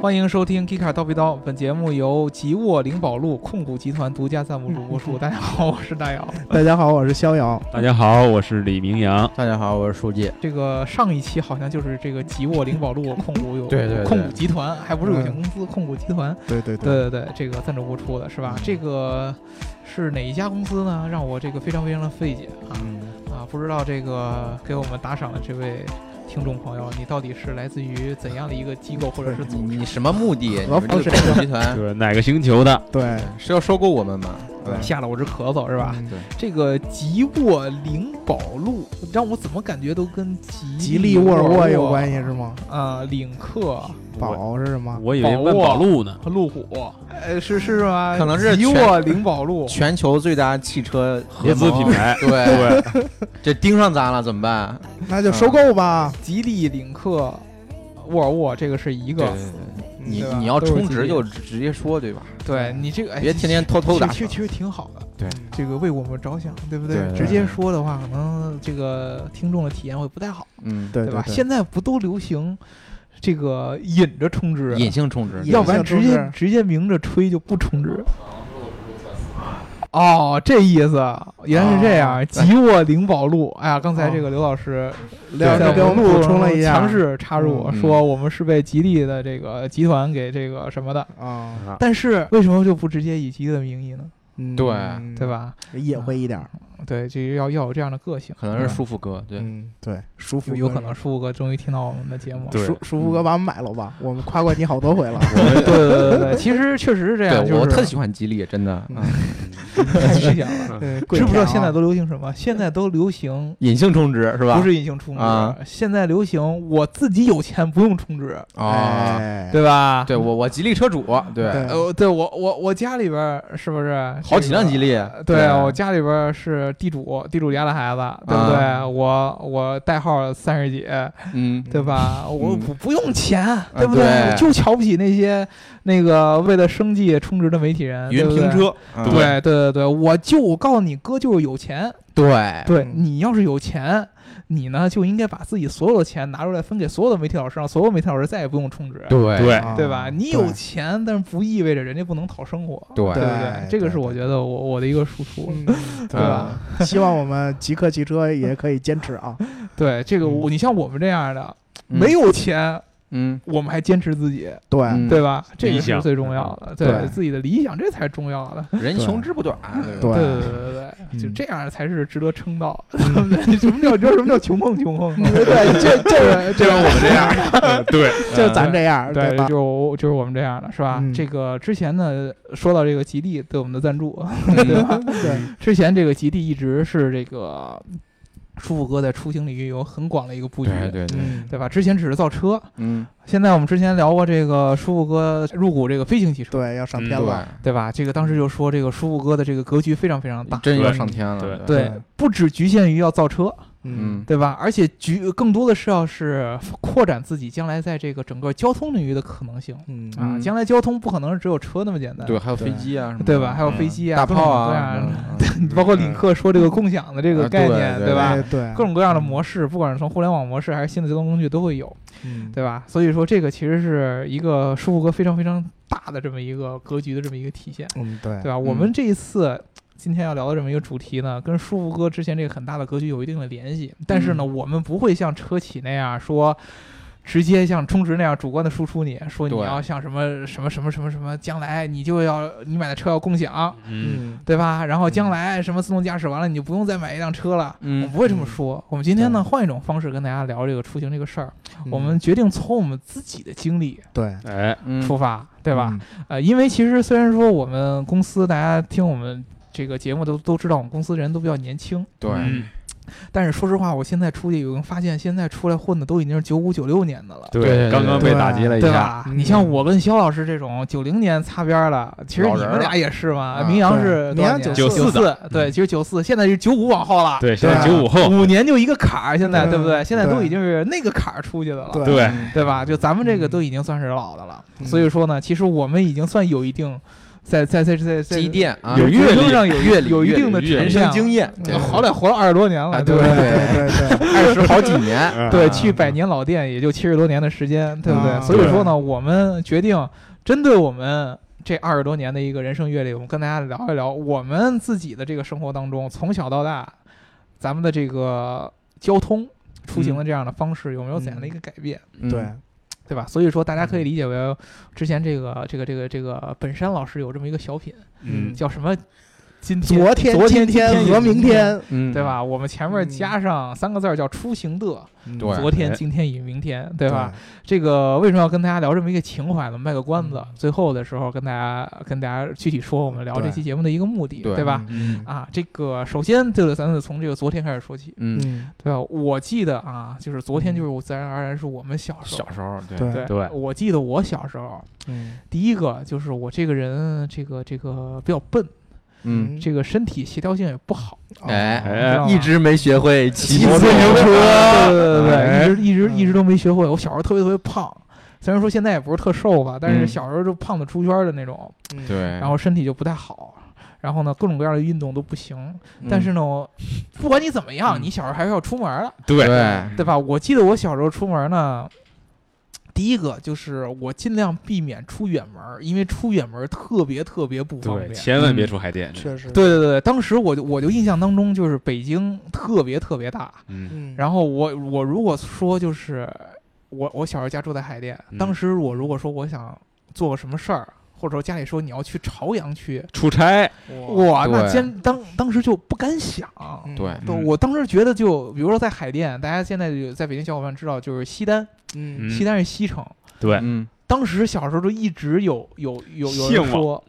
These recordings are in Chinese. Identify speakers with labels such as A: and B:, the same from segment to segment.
A: 欢迎收听《Kika 刀逼刀》，本节目由吉沃灵宝路控股集团独家赞助主播出。大家好，我是大姚。
B: 大家好，我是逍遥。
C: 大家好，我是李明阳。
D: 大家好，我是书记。
A: 这个上一期好像就是这个吉沃灵宝路控股 有
D: 对对对
A: 控股集团，还不是有限公司、控股集团。
B: 对对对，
A: 对对对，这个赞助播出的是吧？
B: 嗯
A: 这个是哪一家公司呢？让我这个非常非常的费解啊
B: 嗯，
A: 啊！不知道这个给我们打赏的这位听众朋友，你到底是来自于怎样的一个机构或者是
B: 对
A: 组织？
D: 你什么目
A: 啊
D: 的？你
B: 我
D: 们这个
B: 不是
D: 控股集团
C: 就是哪个星球的？
B: 对，
D: 是要收购我们吗？对
A: 吓了我直咳嗽是吧？
B: 嗯
D: 对
A: 这个吉沃灵宝路，让我怎么感觉都跟吉
B: 吉利沃尔沃有关
A: 系
B: 系是吗？
A: 啊、领克、
B: 宝啊是什么？
C: 我以为万宝路呢。
A: 路虎，呃，是是吗？
D: 可能是
A: 吉
D: 全
A: 沃灵宝路，
D: 全球最大汽车，
C: 合资品牌
D: 对，
C: 对，
D: 这盯上咱了怎么办？
B: 那就收购吧。
A: 吉利领克、沃尔沃，这个是一个。
B: 嗯
D: 你
A: 对吧
D: 你要
A: 都是
D: 充
A: 吉
D: 值
A: 利
D: 就直直接说对吧？
A: 对你这个，哎
D: 别天天偷
A: 其
D: 偷
A: 实
D: 打
A: 其实其实挺好的。
D: 对
B: 嗯
A: 这个为我们着想，对不对？
D: 对对
A: 直接说的话，可能这个听众的体验会不太好，
D: 嗯，
B: 对
A: 吧？现在不都流行这个引着充值，
D: 隐性充值，
B: 隐
A: 要不然
B: 性
A: 直
B: 充
A: 接
B: 值
A: 直接明着吹就不充值。哦，这意思原来是这样。吉沃灵宝路，哎呀，刚才这个刘老师
B: 两
A: 在
B: 条
A: 我们
B: 路
A: 路
B: 冲了一下，
A: 强势插入，
D: 嗯
A: 说我们是被吉利的这个集团给这个什么的。
B: 啊，
A: 但是为什么就不直接以吉利的名义呢？
B: 嗯
D: 对
A: 对？吧？
B: 也会一点儿，
A: 对，这要要有这样的个性。
D: 可能是舒服哥，对，
B: 嗯，对，舒服
A: 有有可能嗯舒服哥终于听到我们的节目。
C: 对
B: 舒舒服哥把我们买了吧？我们夸过你好 多回了，
A: 对对对对对，其实确实是这样，
D: 对
A: 就是
D: 我特喜欢吉利，真的，
B: 嗯
D: 嗯
A: 太危险 了。
B: 嗯，
A: 知不知道现在
B: 都
A: 都流行什么？现在都流行
D: 隐性充值是吧？
A: 不是隐形充值，
D: 啊
A: 现在流行我自己有钱不用充值，
D: 啊，
A: 对吧？
D: 对我我吉利车主，
B: 哎对
D: 对，
A: 呃，哎对我我我家里边儿是不是
D: 好几辆吉
A: 利？
D: 利，
A: 对我家里边儿是地主，地主家的孩子，对不对？
D: 啊
A: 我我代号三十几，
D: 嗯，
A: 对吧？我
D: 嗯啊
A: 不不用钱，对不
D: 对
A: 我就瞧不起那些那个为了生计充值的媒体人，
D: 云
A: 对
D: 平
A: 不对。
D: 车，嗯
A: 对对对对，我就我告诉你，哥就是有钱，
D: 对，
A: 对
B: 嗯
A: 你要是有钱，你呢就应该把自己所有的钱拿出来分给所有的媒体老师，让所有媒体老师再也不用充值，
D: 对
C: 对
A: 哎
B: 啊
A: 对吧？你有钱，但是不意味着人家不能讨生活，
D: 对
A: 对
B: 对
A: 不对？这个是我觉得我我的一个输出，
C: 嗯
A: 对吧？
B: 嗯希望我们极客汽车也可以坚持 啊！
A: 对这个我，你像我们这样的没
D: 有，
A: 有钱。
D: 嗯，
A: 我们还坚持自己，
B: 对
D: 嗯
A: 对吧？这个
C: 理
A: 是
C: 想嗯
A: 最重要的，
B: 对
A: 自己的理想，这才是重要的。
D: 人
B: 穷
D: 穷志不短，啊
B: 对
A: 对对对对对，
B: 嗯
A: 就这样才是值得称道。 什么叫你知道什么叫穷横穷横吗？
B: 对，就就
C: 就像我们这样，对，
B: 就咱这样，
A: 对，
B: 吧
A: 就是？我就是我们这样的，是吧？
B: 嗯
A: 这个之前呢，说到这个吉利对我们的赞助，
D: 嗯
A: 对吧？
B: 对，
A: 之前这个吉利一直是这个舒服哥在出行领域有很广的一个布局，
D: 对对，
B: 嗯，
A: 对吧？之前只是造车，
D: 嗯，
A: 现在我们之前聊过这个舒服哥入股这个飞行汽车，
B: 对，要上天
C: 嗯
B: 了，
A: 对吧？这个当时就说这个舒服哥的这个格局非常非常大。
D: 真要
C: 对
D: 上天了，
C: 对
A: 对
B: 对，
A: 不只局限于要造车，
B: 嗯
D: 嗯，
A: 对吧？而且局更多的是要是扩展自己将来在这个整个交通领域的可能性。
B: 嗯
A: 啊，
D: 嗯
A: 将来交通不可能是只有车那么简单，
D: 对，还有飞机啊什么的，
A: 嗯对吧？还有
D: 嗯
A: 飞机啊、
D: 大炮
A: 各种各
D: 啊
A: 样的，，
D: 嗯
A: 包括领克说这个共享的这个
D: 啊
A: 概
D: 对
A: 念，
D: 对
A: 吧？
B: 哎对，
A: 各种各样的模式，不管是从互联网模式还是新的交通工具都会有，
B: 嗯，
A: 对吧？所以说这个其实是一个舒服哥非常非常大的这么一个格局的这么一个体现，
B: 嗯，对
A: 对，吧？我们这一次。今天要聊的这么一个主题呢，跟舒服哥之前这个很大的格局有一定的联系，但是呢，
D: 嗯
A: 我们不会像车企那样说，直接像充值那样主观的输出你，说你
D: 对
A: 要像什么什么什么什么什么，将来你就要你买的车要共享，
C: 嗯，
B: 嗯，
A: 对吧？然后将来什么自动驾驶完了，你就不用再买一辆车了。我们
D: 嗯，
A: 不会这么
B: 嗯
A: 说。我们今天呢，
B: 对
A: 换一种方式跟大家聊这个出行这个事儿。
B: 嗯
A: 我们决定从我们自己的经历
B: 对，
C: 哎，
D: 嗯
A: 出发，对吧？？呃，因为其实虽然说我们公司大家听我们这个节目都都知道，我们公司人都比较年轻，
D: 对，
C: 嗯
A: 但是说实话，我现在出去有人发现，现在出来混的都已经是九五九六年的了。
D: 对对
C: 对，刚刚被打击了一
A: 对啊
C: 下，
A: 吧？
B: 嗯
A: 你像我跟肖老师这种九零年擦边儿了，其实
D: 老
A: 你
D: 人
A: 们
D: 了
A: 俩也是嘛。
D: 啊
A: 明阳
B: 对
A: 是
B: 明阳
A: 九
C: 94
A: 四，对，其实九四，现在是九五往后了，
C: 对，现
B: 对
C: 在
B: 啊
C: 九五后，
A: 五年就一个坎儿，现在
B: 嗯
A: 对不对？现在都
B: 对
A: 已经是那个坎儿出去的了，
B: 对
C: 对，
A: 对吧？就咱们这个都已经算是老的了，
B: 嗯
A: 所以说呢，其实我们已经算有一定在在在在在
D: 积淀啊，
A: 有
C: 有阅
A: 人生
C: 历
A: 上有
D: 阅历
A: 有一
D: 阅
A: 定的
C: 历阅历
A: 沉淀了，
D: 人生 经验，
A: 嗯好歹活了二十多年了，
D: 啊
A: 对
D: 对
A: 吧
B: 对对对对，
D: 二十好几 年，
A: 对，
B: 啊
A: 去百年老店也就七十多年的时间，对不对？
B: 啊
A: 所以
C: 对
A: 说呢，我们决定针对我们这二十多年的一个人生阅历，我们跟大家聊一聊我们自己的这个生活当中，从小到大，咱们的这个交通出行的这样的方式有没有怎样的一个改变，
D: 嗯
B: 对，
A: 对吧？所以说，大家
B: 嗯
A: 可以理解为之前这个这个这个这个本山老师有这么一个小品，
C: 嗯
A: 叫什么？今天
B: 昨天、
A: 昨天、
B: 今天
A: 今
B: 和明天，
D: 嗯
A: 对？吧？我们前面
B: 嗯
A: 加上三个字儿叫“出行的”，
B: 嗯
D: 对
A: 昨天、
D: 哎
A: 今天与明天，对吧？？这个为什么要跟大家聊这么一个情怀呢？卖个关子，
B: 嗯
A: 最后的时候跟大家跟大家具体说我们聊这
B: 对
A: 期节目的一个目的，
D: 对
A: 吧？
B: 嗯？
A: 啊，这个首先就是咱们从这个昨天开始说起，
D: 嗯，
B: 嗯，
A: 对吧？我记得啊，就是昨天就是我自然而然是我们小时候，
C: 小时候对
B: 对
A: 对，
C: 对
A: 我记得我小时候，
B: 嗯
A: 第一个就是我这个人这个这个比较笨，
D: 嗯，
A: 这个身体协调性也不好，
B: 哦
D: 哎
A: 你知
C: 哎
A: 道吗
D: 一直没学会骑
B: 骑
D: 自
B: 自
D: 行
B: 行
A: 对
D: 车，
A: 对
C: 哎
A: 对对，一直一直
B: 嗯
A: 一直都没学会。我小时候特别特别胖，虽然说现在也不是特瘦吧，但是
D: 嗯哎
A: 小时候就胖的出圈的那种，
B: 嗯
D: 对，
A: 然后身体就不太好。然后呢，各种各样的运动都不行，
D: 嗯
A: 但是呢，不管你怎么样，
C: 嗯
A: 你小时候还是要出门的，
C: 对
D: 对
A: 对吧？我记得我小时候出门呢，第一个就是我尽量避免出远门，因为出远门特别特别不方
C: 对，
A: 便。
C: 千万别出海淀。
B: 确实，
A: 对对对，对当时我就我就印象当中就是北京特别特别大，
C: 嗯，
B: 嗯，
A: 然后我我如果说就是我我小时候家住在海淀，
C: 嗯
A: 当时我如果说我想做个什么事儿，或者说家里说你要去朝阳区，
C: 出差
B: 哇，
A: 哇，那
D: 对
A: 先当当时就不敢想。
B: 嗯
D: 对，
A: 都
C: 嗯
A: 我当时觉得就，比如说在海淀，大家现在有在北京小伙伴知道，就是西单，
B: 嗯
C: 嗯
A: 西单是西城。
C: 对，
D: 嗯，
A: 当时小时候就一直有有有有
C: 向
A: 人
C: 往
A: 说，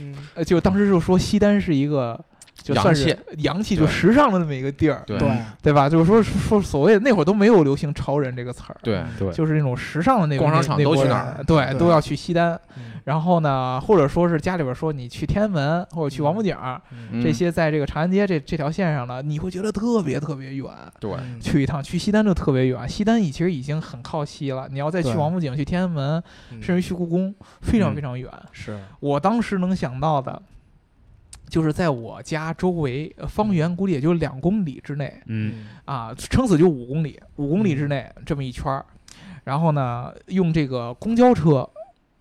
B: 嗯，
A: 呃，就当时就说西单是一个就
D: 洋
A: 算是
D: 气
A: 洋气就
D: 对
A: 时尚的那么一个地儿，
D: 对
B: 对，
A: 对吧？就是说说所谓的那会儿都没有流行“潮人”这个词儿，
D: 对，
C: 对，
A: 就是那种时尚的那
D: 逛商场
A: 那那
D: 都
A: 波
D: 去
A: 人
D: 哪
B: 儿
A: 对，
B: 对
A: 都要去西单。
B: 嗯
A: 然后呢，或者说是家里边说你去天安门或者去王府井儿、
B: 嗯
D: 嗯
A: 这些，在这个长安街这这条线上呢，你会觉得特别特别远。
D: 对，
B: 嗯
A: 去一趟去西单就特别远，西单已其实已经很靠西了。你要再去
B: 对
A: 王府井、去天安门，
B: 嗯
A: 甚至去故宫，非常
C: 嗯
A: 非常远。
B: 是，
A: 我当时能想到的，就是在我家周围呃方圆估计也就两公里之内，
C: 嗯，
A: 啊，撑死就五公里，五公里之内这么一圈儿，然后呢，用这个公交车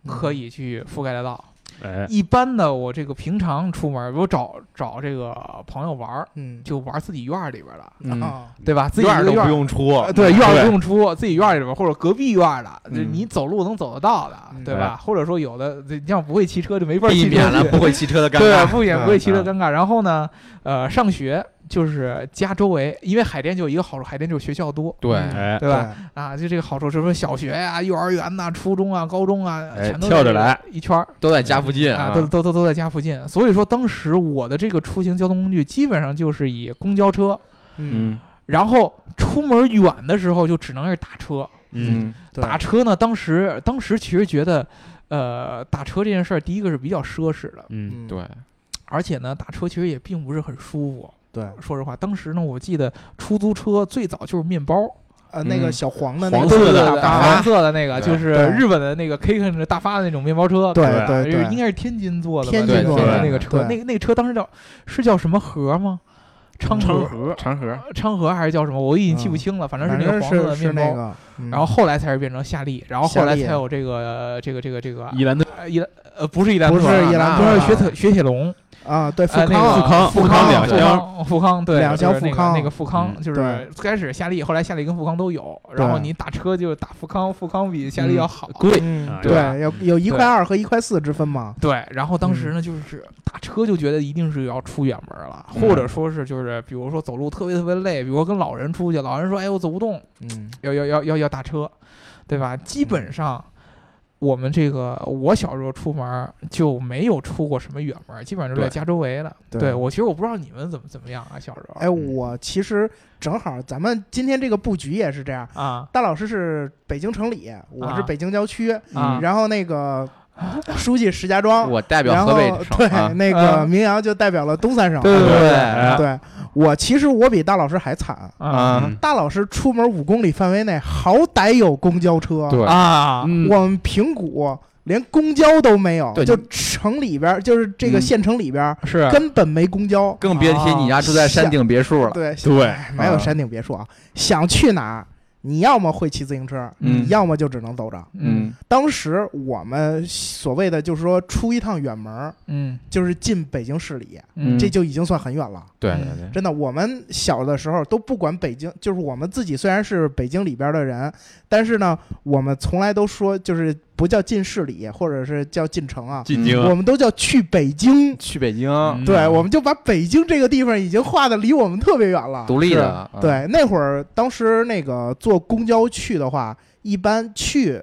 A: 可以去覆盖得到。
C: 哎，
A: 一般的，我这个平常出门儿，比如找找这个朋友玩儿，
B: 嗯，
A: 就玩儿自己院儿里边儿的，
B: 嗯啊，
A: 对吧？自己
C: 院
A: 一
C: 儿
A: 个
C: 都
A: 院
C: 不
A: 儿。
C: 用出
A: 呃，对，院儿不用出，自己院儿里边儿或者隔壁院儿的，就
D: 嗯
A: 你走路能走得到的，
B: 嗯
A: 对吧？或者说有的这要不会骑车就没法儿
D: 避
A: 骑车
D: 免了
A: 去
D: 不会骑车的尴
A: 对，啊
D: 尬。
A: 不也
B: 嗯
A: 不会骑车
C: 嗯
A: 尴尬。然后呢，呃，上学就是家周围，因为海淀就有一个好处，海淀就是学校多，
D: 对
C: 哎，
A: 对吧？啊，就这个好处，什么小学呀、幼儿园呐、初中啊、高中啊，
C: 哎
A: 全都
C: 跳
A: 在
C: 着来
A: 一圈儿
D: 都在家附近
A: 啊，
D: 啊，
A: 都都都都在家附近。所以说，当时我的这个出行交通工具基本上就是以公交车，
B: 嗯，
D: 嗯
A: 然后出门远的时候就只能是打车。
C: 嗯，
B: 对
A: 打车呢，当时当时其实觉得，呃，打车这件事儿，第一个是比较奢侈的，
C: 嗯，
B: 嗯
D: 对，
A: 而且呢，打车其实也并不是很舒服。
B: 对，
A: 说实话，当时呢，我记得出租车最早就是面包，
B: 呃，那个
D: 嗯
B: 小黄的那
C: 黄
B: 个
C: 色的
A: 对对对
C: 大
A: 黄
C: 发
A: 色的那个，
C: 对
A: 就是
B: 对
A: 日本的那个 K K 的大发的那种面包车，
B: 对
C: 对
A: 吧
B: 对
A: 就是
B: 对
A: 应该是天津做的吧，
B: 天
D: 津做的
A: 的那个车，
B: 对
A: 那个那个车当时叫是叫什么河吗？昌
C: 昌
A: 河
C: 河，
D: 长河，
A: 昌河还是叫什么？我已经记不清了，反正是
B: 嗯反
A: 那个
B: 正
A: 黄色的
B: 是是
A: 面包
B: 那。个，嗯
A: 然后后来才是变成夏利，然后后来
B: 夏利啊
A: 才有这个这个这个这个
C: 伊兰特，
A: 呃伊兰呃不是伊兰
B: 不
A: 特
B: 是
A: 啊，
B: 伊兰
D: 那
A: 不是
B: 特的
A: 雪铁雪铁龙，
B: 啊，对，
A: 呃
B: 富
A: 那个
B: 康
C: 康
A: 富
C: 富
A: 康
C: 康两
A: 富
C: 厢
A: 康，富康对，
B: 两厢
A: 就是那
B: 富
A: 个
B: 康
A: 那个富康
C: 嗯
A: 就是
B: 对
A: 开始夏利，后来夏利跟富康都有，然后
B: 对
A: 你打车就是打富康，富康比夏利要好。
D: 贵
B: 嗯
C: 啊
B: 对
A: 对，
B: 有有一
A: 对
B: 块二和一块四之分嘛，
A: 对，然后当时
B: 嗯
A: 呢，就是打车就觉得一定是要出远门了，或者说是就是比如说走路特别特别累，比如说跟老人出去，老人说哎我走不动，
B: 嗯，
A: 要要要要要打车，对吧？基本上我们这个我小时候出门儿就没有出过什么远门儿，基本上就在
D: 对
A: 家周围的。
B: 对
A: 我其实我不知道你们怎么怎么样啊，小时候。
B: 哎，我其实正好咱们今天这个布局也是这样，
A: 啊
B: 大老师是北京城里，我是
A: 啊
B: 北京郊区，
A: 啊！
B: 然后那个书记石家庄，
D: 我代
B: 然
D: 表
B: 后
D: 河北省啊
B: 对，那个
A: 嗯
B: 明阳就代表了东三省。啊
A: 对
D: 对
C: 哎
B: 对我其实我比大老师还惨，
A: 啊
D: 啊
C: 嗯，
B: 大老师出门五公里范围内好歹有公交车，
D: 对
A: 啊！
C: 嗯
B: 我们平谷连公交都没有，
D: 对
B: 就城里边儿，就是这个
D: 嗯
B: 县城里边儿、
A: 是
B: 根本没公交。
D: 更别提你家住在山顶别墅了。
B: 对
C: 对
B: 哎没有山顶别墅啊，想去哪儿，你要么会骑自行车，
D: 嗯
B: 要么就只能走着。
A: 嗯
B: 当时我们所谓的就是说出一趟远门儿，
A: 嗯
B: 就是进北京市里，
A: 嗯，
B: 这就已经算很远了。
C: 对
A: 嗯
C: 对，
B: 真的，我们小的时候都不管北京，就是我们自己虽然是北京里边的人，但是呢，我们从来都说就是不叫进市里，或者是叫进城啊，
C: 进京
B: 我们都叫去北京。
D: 去北京
C: 嗯
B: 对，我们就把北京这个地方已经划的离我们特别远了。
D: 独立的，啊，
B: 对，那会儿当时那个坐公交去的话，一般去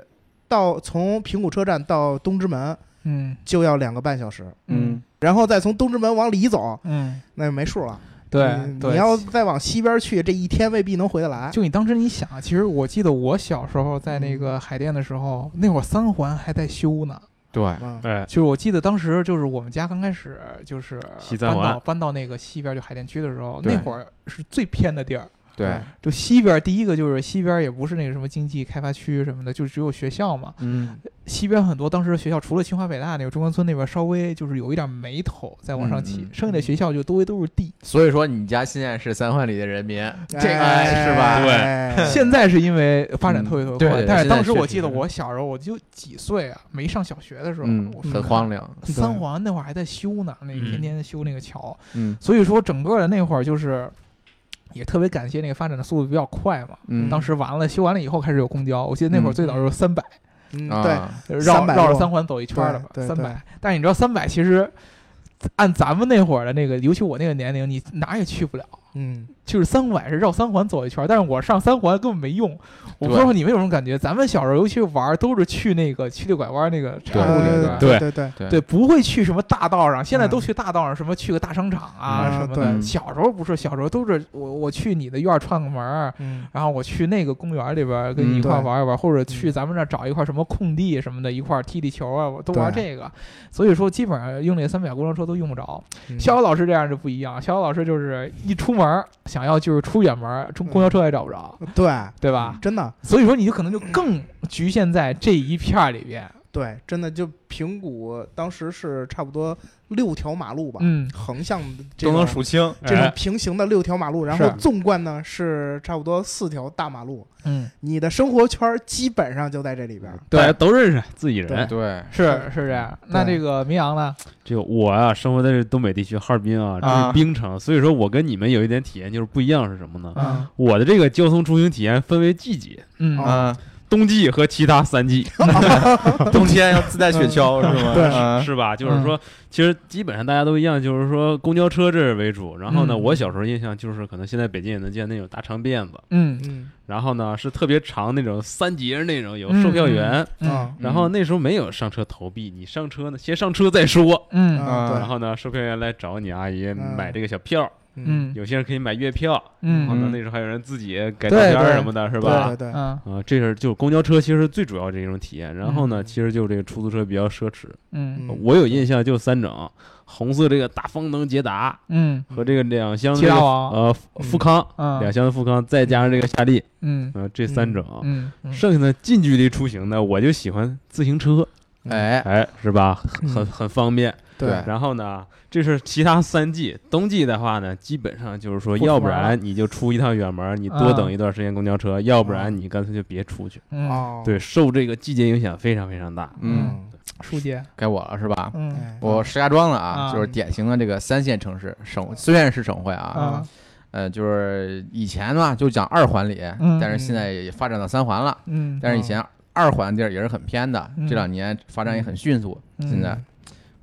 B: 到从平谷车站到东直门
A: 嗯
B: 就要两个半小时，
D: 嗯，
B: 然后再从东直门往里走，
A: 嗯，
B: 那就没数了。
A: 对
B: 嗯
A: 对，
B: 你要再往西边去，这一天未必能回得来。
A: 就你当时你想啊，其实我记得我小时候在那个海淀的时候，那会儿三环还在修呢。
D: 对，
B: 嗯
C: 哎，
A: 就是我记得当时就是我们家刚开始就是
C: 西三
A: 搬
C: 环
A: 到搬到那个西边就海淀区的时候，
D: 对
A: 那会儿是最偏的地儿。
D: 对，
B: 哎
A: 就西边第一个就是西边也不是那个什么经济开发区什么的，就只有学校嘛。
D: 嗯，
A: 西边很多当时学校除了清华北大那个中关村那边稍微就是有一点眉头再往上起
D: 嗯，嗯
A: 剩下的学校就都都是地。
D: 所以说你家现在是三环里的人民，这个
B: 哎
D: 是吧？
C: 对
B: 哎
A: 现在是因为发展特别特
D: 嗯
A: 别
D: 对
A: 快，
D: 对
A: 但是
D: 现在
A: 当时
D: 确
A: 我
D: 实
A: 记得
D: 是
A: 我小时候我就几岁啊，没上小学的时候，
D: 嗯
A: 我，
D: 很荒凉，
A: 三环那会儿还在修呢，那个天
C: 嗯
A: 天修那个桥，
D: 嗯
A: 所以说整个的那会儿就是也特别感谢那个发展的速度比较快嘛。
D: 嗯，
A: 当时完了修完了以后开始有公交，我记得那会儿
D: 嗯
A: 最早就是三百，
B: 嗯对，
D: 啊，
A: 绕
B: 300
A: 绕着
B: 多
A: 三环走一圈儿的吧，
B: 对对
A: 三
B: 对
A: 百。但是你知道三百其实按咱们那会儿的那个，尤其我那个年龄，你哪儿也去不了。
B: 嗯，
A: 就是三环是绕三环走一圈儿，但是我上三环根本没用。我不知
D: 对
A: 道你们有什么感觉，咱们小时候尤其玩儿都是去那个曲里拐弯儿那个岔路里边
B: 呃
A: 儿，
B: 对
C: 对
B: 对对，
D: 对
A: 对，不会去什么大道上，现在都
B: 嗯
A: 去大道上，什么去个大商场啊
B: 嗯
A: 什么
B: 对
A: 的。小时候不是，小时候都是我我去你的院儿串个门儿，
B: 嗯
A: 然后我去那个公园里边儿跟你一
D: 嗯
A: 块儿
B: 对
A: 玩一玩，或者去咱们这儿找一块儿什么空地什么的，一块儿踢踢球啊，我都玩
B: 对
A: 这个。所以说，基本上用那三百公交车都用不着。
B: 嗯
A: 逍遥老师这样就不一样，逍遥老师就是一出门儿想要就是出远门儿，中公交车也找不着，
B: 对，
A: 对吧？
B: 真的
A: 所以说你就可能就更局限在这一片儿里边。
B: 对，真的就平谷当时是差不多六条马路吧，
A: 嗯，
B: 横向这
C: 都
B: 种
C: 能数清
B: 这种
C: 哎
B: 平行的六条马路，然
A: 是
B: 后纵贯呢是差不多四条大马路，
A: 嗯，
B: 你的生活圈儿基本上就在这里边儿。
C: 大家都认识自己人
B: 对。
D: 对，
A: 是是这样。那
B: 对
A: 这个明阳呢？
C: 这个我啊，生活在这东北地区哈尔滨啊，这
A: 啊
C: 是冰城，所以说我跟你们有一点体验就是不一样是什么呢？
A: 嗯
C: 我的这个交通出行体验分为季节，
A: 嗯
B: 哦
D: 啊，
C: 冬季和其他三季，
D: 冬天要自带雪橇是吗？
B: 对
D: 啊
C: 是吧？就是说，其实基本上大家都一样，就是说公交车这是为主。然后呢，
A: 嗯
C: 我小时候印象就是，可能现在北京也能见那种大长辫子，
A: 嗯
B: 嗯
C: 然后呢是特别长那种三节那种，有
A: 嗯
C: 售票员。
A: 嗯
B: 啊
C: 然后那时候没有上车投币，你上车呢，先上车再说。
A: 嗯
B: 啊
D: 嗯
C: 然
B: 对
C: 后呢，售票员来找你阿姨
B: 嗯
C: 买这个小票，
B: 嗯
A: 嗯
C: 有些人可以买月票，然后
A: 嗯
C: 呢那时候还有人自己改照
A: 对
C: 片
A: 对
C: 儿什么的，是吧？
B: 对对对
A: 嗯
C: 啊，这是就是公交车，其实最主要这一种体验。然后呢，
B: 嗯
C: 其实就这个出租车比较奢侈。
A: 嗯
B: 嗯
C: 我有印象就三种，红色这个大方能捷达
A: 嗯
C: 和这个两厢
A: 吉
C: 这
A: 大
C: 个
A: 王
C: 呃富
B: 嗯
C: 富康，
A: 嗯
C: 两厢的富康，再加上这个夏利，
A: 嗯
C: 啊，这三种。
A: 嗯
B: 嗯
C: 剩下的近距离出行呢，我就喜欢自行车，
D: 哎，
C: 哎，是吧？很
B: 嗯
C: 很很方便。
B: 哎
D: 对
C: 然后呢，这是其他三季，冬季的话呢，基本上就是说，
A: 不出
C: 要不
A: 门
C: 然你就出一趟远门儿，你
A: 啊
C: 多等一段时间公交车，要不然你干脆就别出去。
A: 嗯，
B: 哦
C: 对，受这个季节影响非常非常大。
D: 嗯，
A: 书记，
D: 该我了是吧？
A: 嗯
B: 哎
D: 我石家庄了啊，
A: 啊
D: 就是典型的这个三线城市省，虽然是省会啊，
A: 啊
D: 呃，就是以前呢就讲二环里，
A: 嗯
D: 但是现在也发展到三环了，
A: 嗯
D: 但是以前二环地儿也是很偏的，
A: 嗯
D: 这两年发展也很迅速。
A: 嗯
D: 现在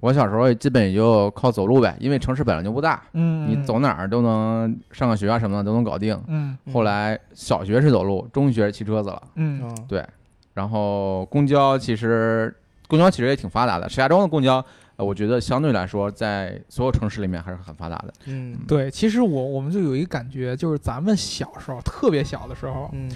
D: 我小时候也基本也就靠走路呗，因为城市本来就不大，
A: 嗯
D: 你走哪儿都能上个学啊什么的都能搞定。
A: 嗯
D: 后来小学是走路，中学是骑车子了，
A: 嗯
B: 嗯
D: 对，然后公交其实公交其实也挺发达的，石家庄的公交，呃，我觉得相对来说在所有城市里面还是很发达的。
B: 嗯
A: 对，其实我我们就有一感觉，就是咱们小时候，特别小的时候，
B: 嗯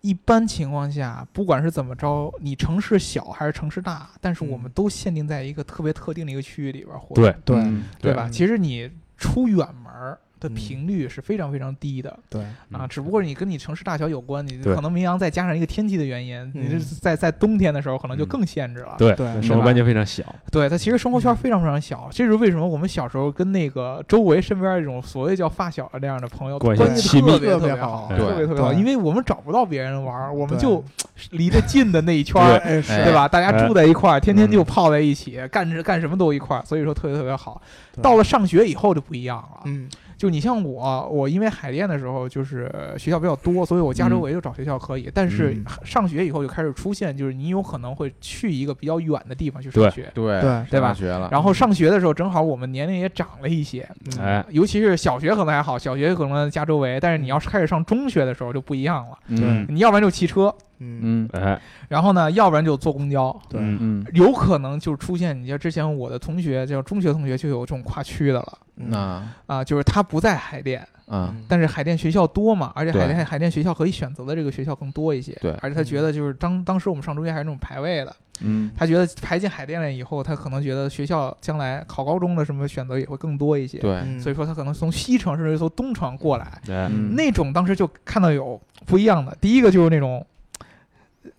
A: 一般情况下，不管是怎么着，你城市小还是城市大，但是我们都限定在一个特别特定的一个区域里边活动，
C: 对
B: 对
D: 嗯
A: 对吧？其实你出远门儿，的频率是非常非常低的、
B: 对，
C: 嗯
A: 啊，只不过你跟你城市大小有关，你
E: 对
A: 可能明阳再加上一个天气的原因，你这
B: 嗯
A: 在在冬天的时候可能就
C: 嗯
A: 更限制了。
E: 对
B: 对
C: 生活
A: 对吧
C: 半径非常小，
A: 对，它其实生
B: 嗯
A: 活圈非常非常小，这是为什么我们小时候跟那个周围身边这种所谓叫发小的这样的朋友
C: 关
A: 关
C: 系
A: 系
B: 亲密
A: 特别
B: 特
A: 特
B: 别
A: 别
B: 好
A: 特别
D: 对
A: 特别好，
B: 对
A: 因为我们找不到别人玩儿，我们
B: 对
A: 就离得近的那一圈
B: 哎
A: 儿。
B: 哎是
D: 对
A: 对吧？大家
C: 哎
A: 住在一块儿，天天
C: 嗯
A: 就泡在一起，干着干什么都一块儿，所以说特别特别好。
B: 对
A: 到了上学以后就不一样了，
B: 嗯
A: 就你像我，我因为海淀的时候就是学校比较多，所以我家周围就找学校可以。但是
B: 嗯
A: 上学以后就开始出现，就是你有可能会去一个比较远的地方去上
C: 对
A: 学。
D: 对
B: 对
A: 对吧
D: 上学了，
A: 然后上学的时候，正好我们年龄也长了一些，
B: 嗯
C: 哎，
A: 尤其是小学可能还好，小学可能家周围，但是你要是开始上中学的时候就不一样了，
D: 嗯
A: 你要不然就骑车，
B: 嗯
D: 嗯
C: 哎，
A: 然后呢，要不然就坐公交。
B: 对
C: 嗯
D: 嗯，
A: 有可能就出现，你像之前我的同学，就中学同学就有这种跨区的了
D: 那
A: 啊，就是他不在海淀，
D: 啊
B: 嗯
A: 但是海淀学校多嘛，而且海
D: 对
A: 淀海淀学校可以选择的这个学校更多一些。
D: 对
A: 而且他觉得就是当当时我们上中学还是那种排位的，
D: 嗯
A: 他觉得排进海淀了以后，他可能觉得学校将来考高中的什么选择也会更多一些。，
D: 对
B: 嗯
A: 所以说他可能从西城甚至从东城过来，
C: 哎，
D: 嗯
A: 那种当时就看到有不一样的，第一个就是那种，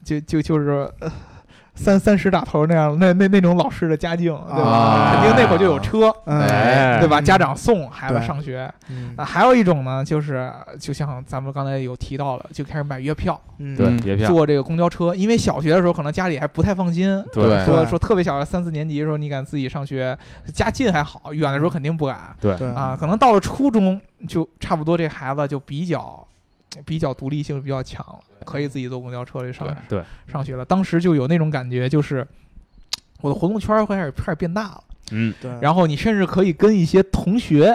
A: 就就就是。呃三三十打头那样，那那那种老师的家境，对吧？
B: 啊
A: 肯定那会儿就有车，
B: 哎
A: 对吧？
B: 嗯
A: 家长送孩子
B: 对
A: 上学，
B: 嗯
A: 那还有一种呢，就是就像咱们刚才有提到了，就开始买月票，
B: 嗯
C: 对，
D: 嗯
C: 别骗，
A: 坐这个公交车。因为小学的时候可能家里还不太放心，
D: 对
A: 说
B: 对
A: 说特别小，三四年级的时候你敢自己上学，家近还好，远的时候肯定不敢
B: 对
A: 啊。可能到了初中就差不多，这孩子就比较比较独立性比较强了，可以自己坐公交车去上
C: 对对
A: 上学了。当时就有那种感觉，就是我的活动圈儿会开始开始变大了。
C: 嗯，
B: 对，
A: 然后你甚至可以跟一些同学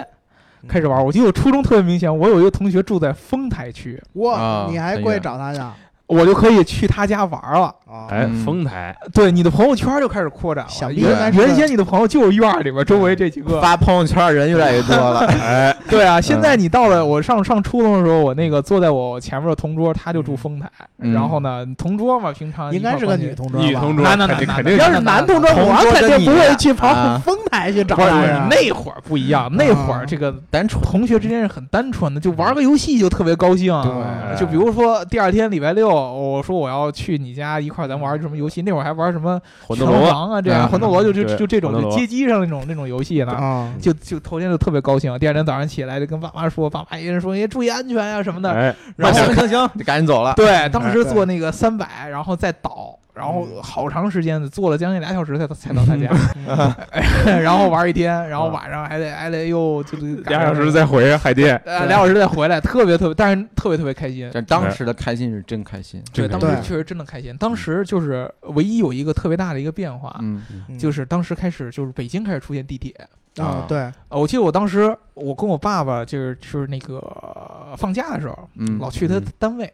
B: 嗯
A: 开始玩儿。我记得我初中特别明显，我有一个同学住在丰台区，
B: 哇，
D: 啊
B: 你还
D: 很
B: 过去
D: 远
B: 找他去啊？
A: 我就可以去他家玩儿了。
B: 啊
C: 哎，
D: 嗯
C: 丰台，
A: 对，你的朋友圈儿就开始扩展
B: 想
A: 了。
B: 必
A: 原
B: 应该是
A: 原先你的朋友就是院儿里边儿周围这几个，
D: 发朋友圈的人越来越多 了，哎，
A: 对啊。现在你到了我上上初中的时候，我那个坐在我前面的同桌，他就住丰台，
D: 嗯
A: 然后呢，同桌嘛，平常
B: 应该是个女
A: 同。
B: 同桌吧，
C: 女同桌
A: 那那那
C: 肯定
A: 那
C: 肯定
B: 要是男同桌，
D: 同
B: 我
D: 桌
B: 肯
D: 跟
B: 定
D: 你
B: 不会
D: 呀
B: 去跑
D: 啊
B: 丰台去找
A: 不是
B: 他
A: 不是
B: 呀。
A: 那会儿不一样，那会儿这个
D: 单纯
A: 同学之间是很单纯的，就玩个游戏就特别高兴。啊
B: 对
A: 就比如说第二天礼拜六，我说我要去你家一块儿咱玩什么游戏，那会儿还玩什么
C: 魂斗
A: 拳
C: 罗，
A: 王啊这样，
D: 嗯
A: 魂斗罗就就
C: 对
A: 就这种
C: 魂
A: 就
C: 斗罗
A: 街机上那种那种游戏呢。
B: 啊，
A: 就就头天就特别高兴，第二天早上起来就跟爸妈说，爸妈一人说，哎，注意安全呀、什么的。
C: 哎，
A: 然后
D: 行行行，你赶紧走了，
A: 对，当时坐那个三百，然后再倒，然后
C: 嗯
A: 好长时间坐了将近俩小时才到才到他家，
B: 嗯
A: 然后玩一天，然后晚上还得还得又就就
C: 啊俩小时再回海淀，
A: 呃，俩小时再回来，特别特别，但是特别特别开心。
D: 这当时的开心是真开心，
A: 对，
C: 这
A: 当
C: 个嗯
A: 时
B: 对
A: 确实真的开心。当时就是唯一有一个特别大的一个变化，
D: 嗯
A: 就是当时开始就是北京开始出现地铁。
B: 啊，对，
A: 呃，我记得我当时我跟我爸爸就是就是那个呃放假的时候，
D: 嗯，
A: 老去他单位。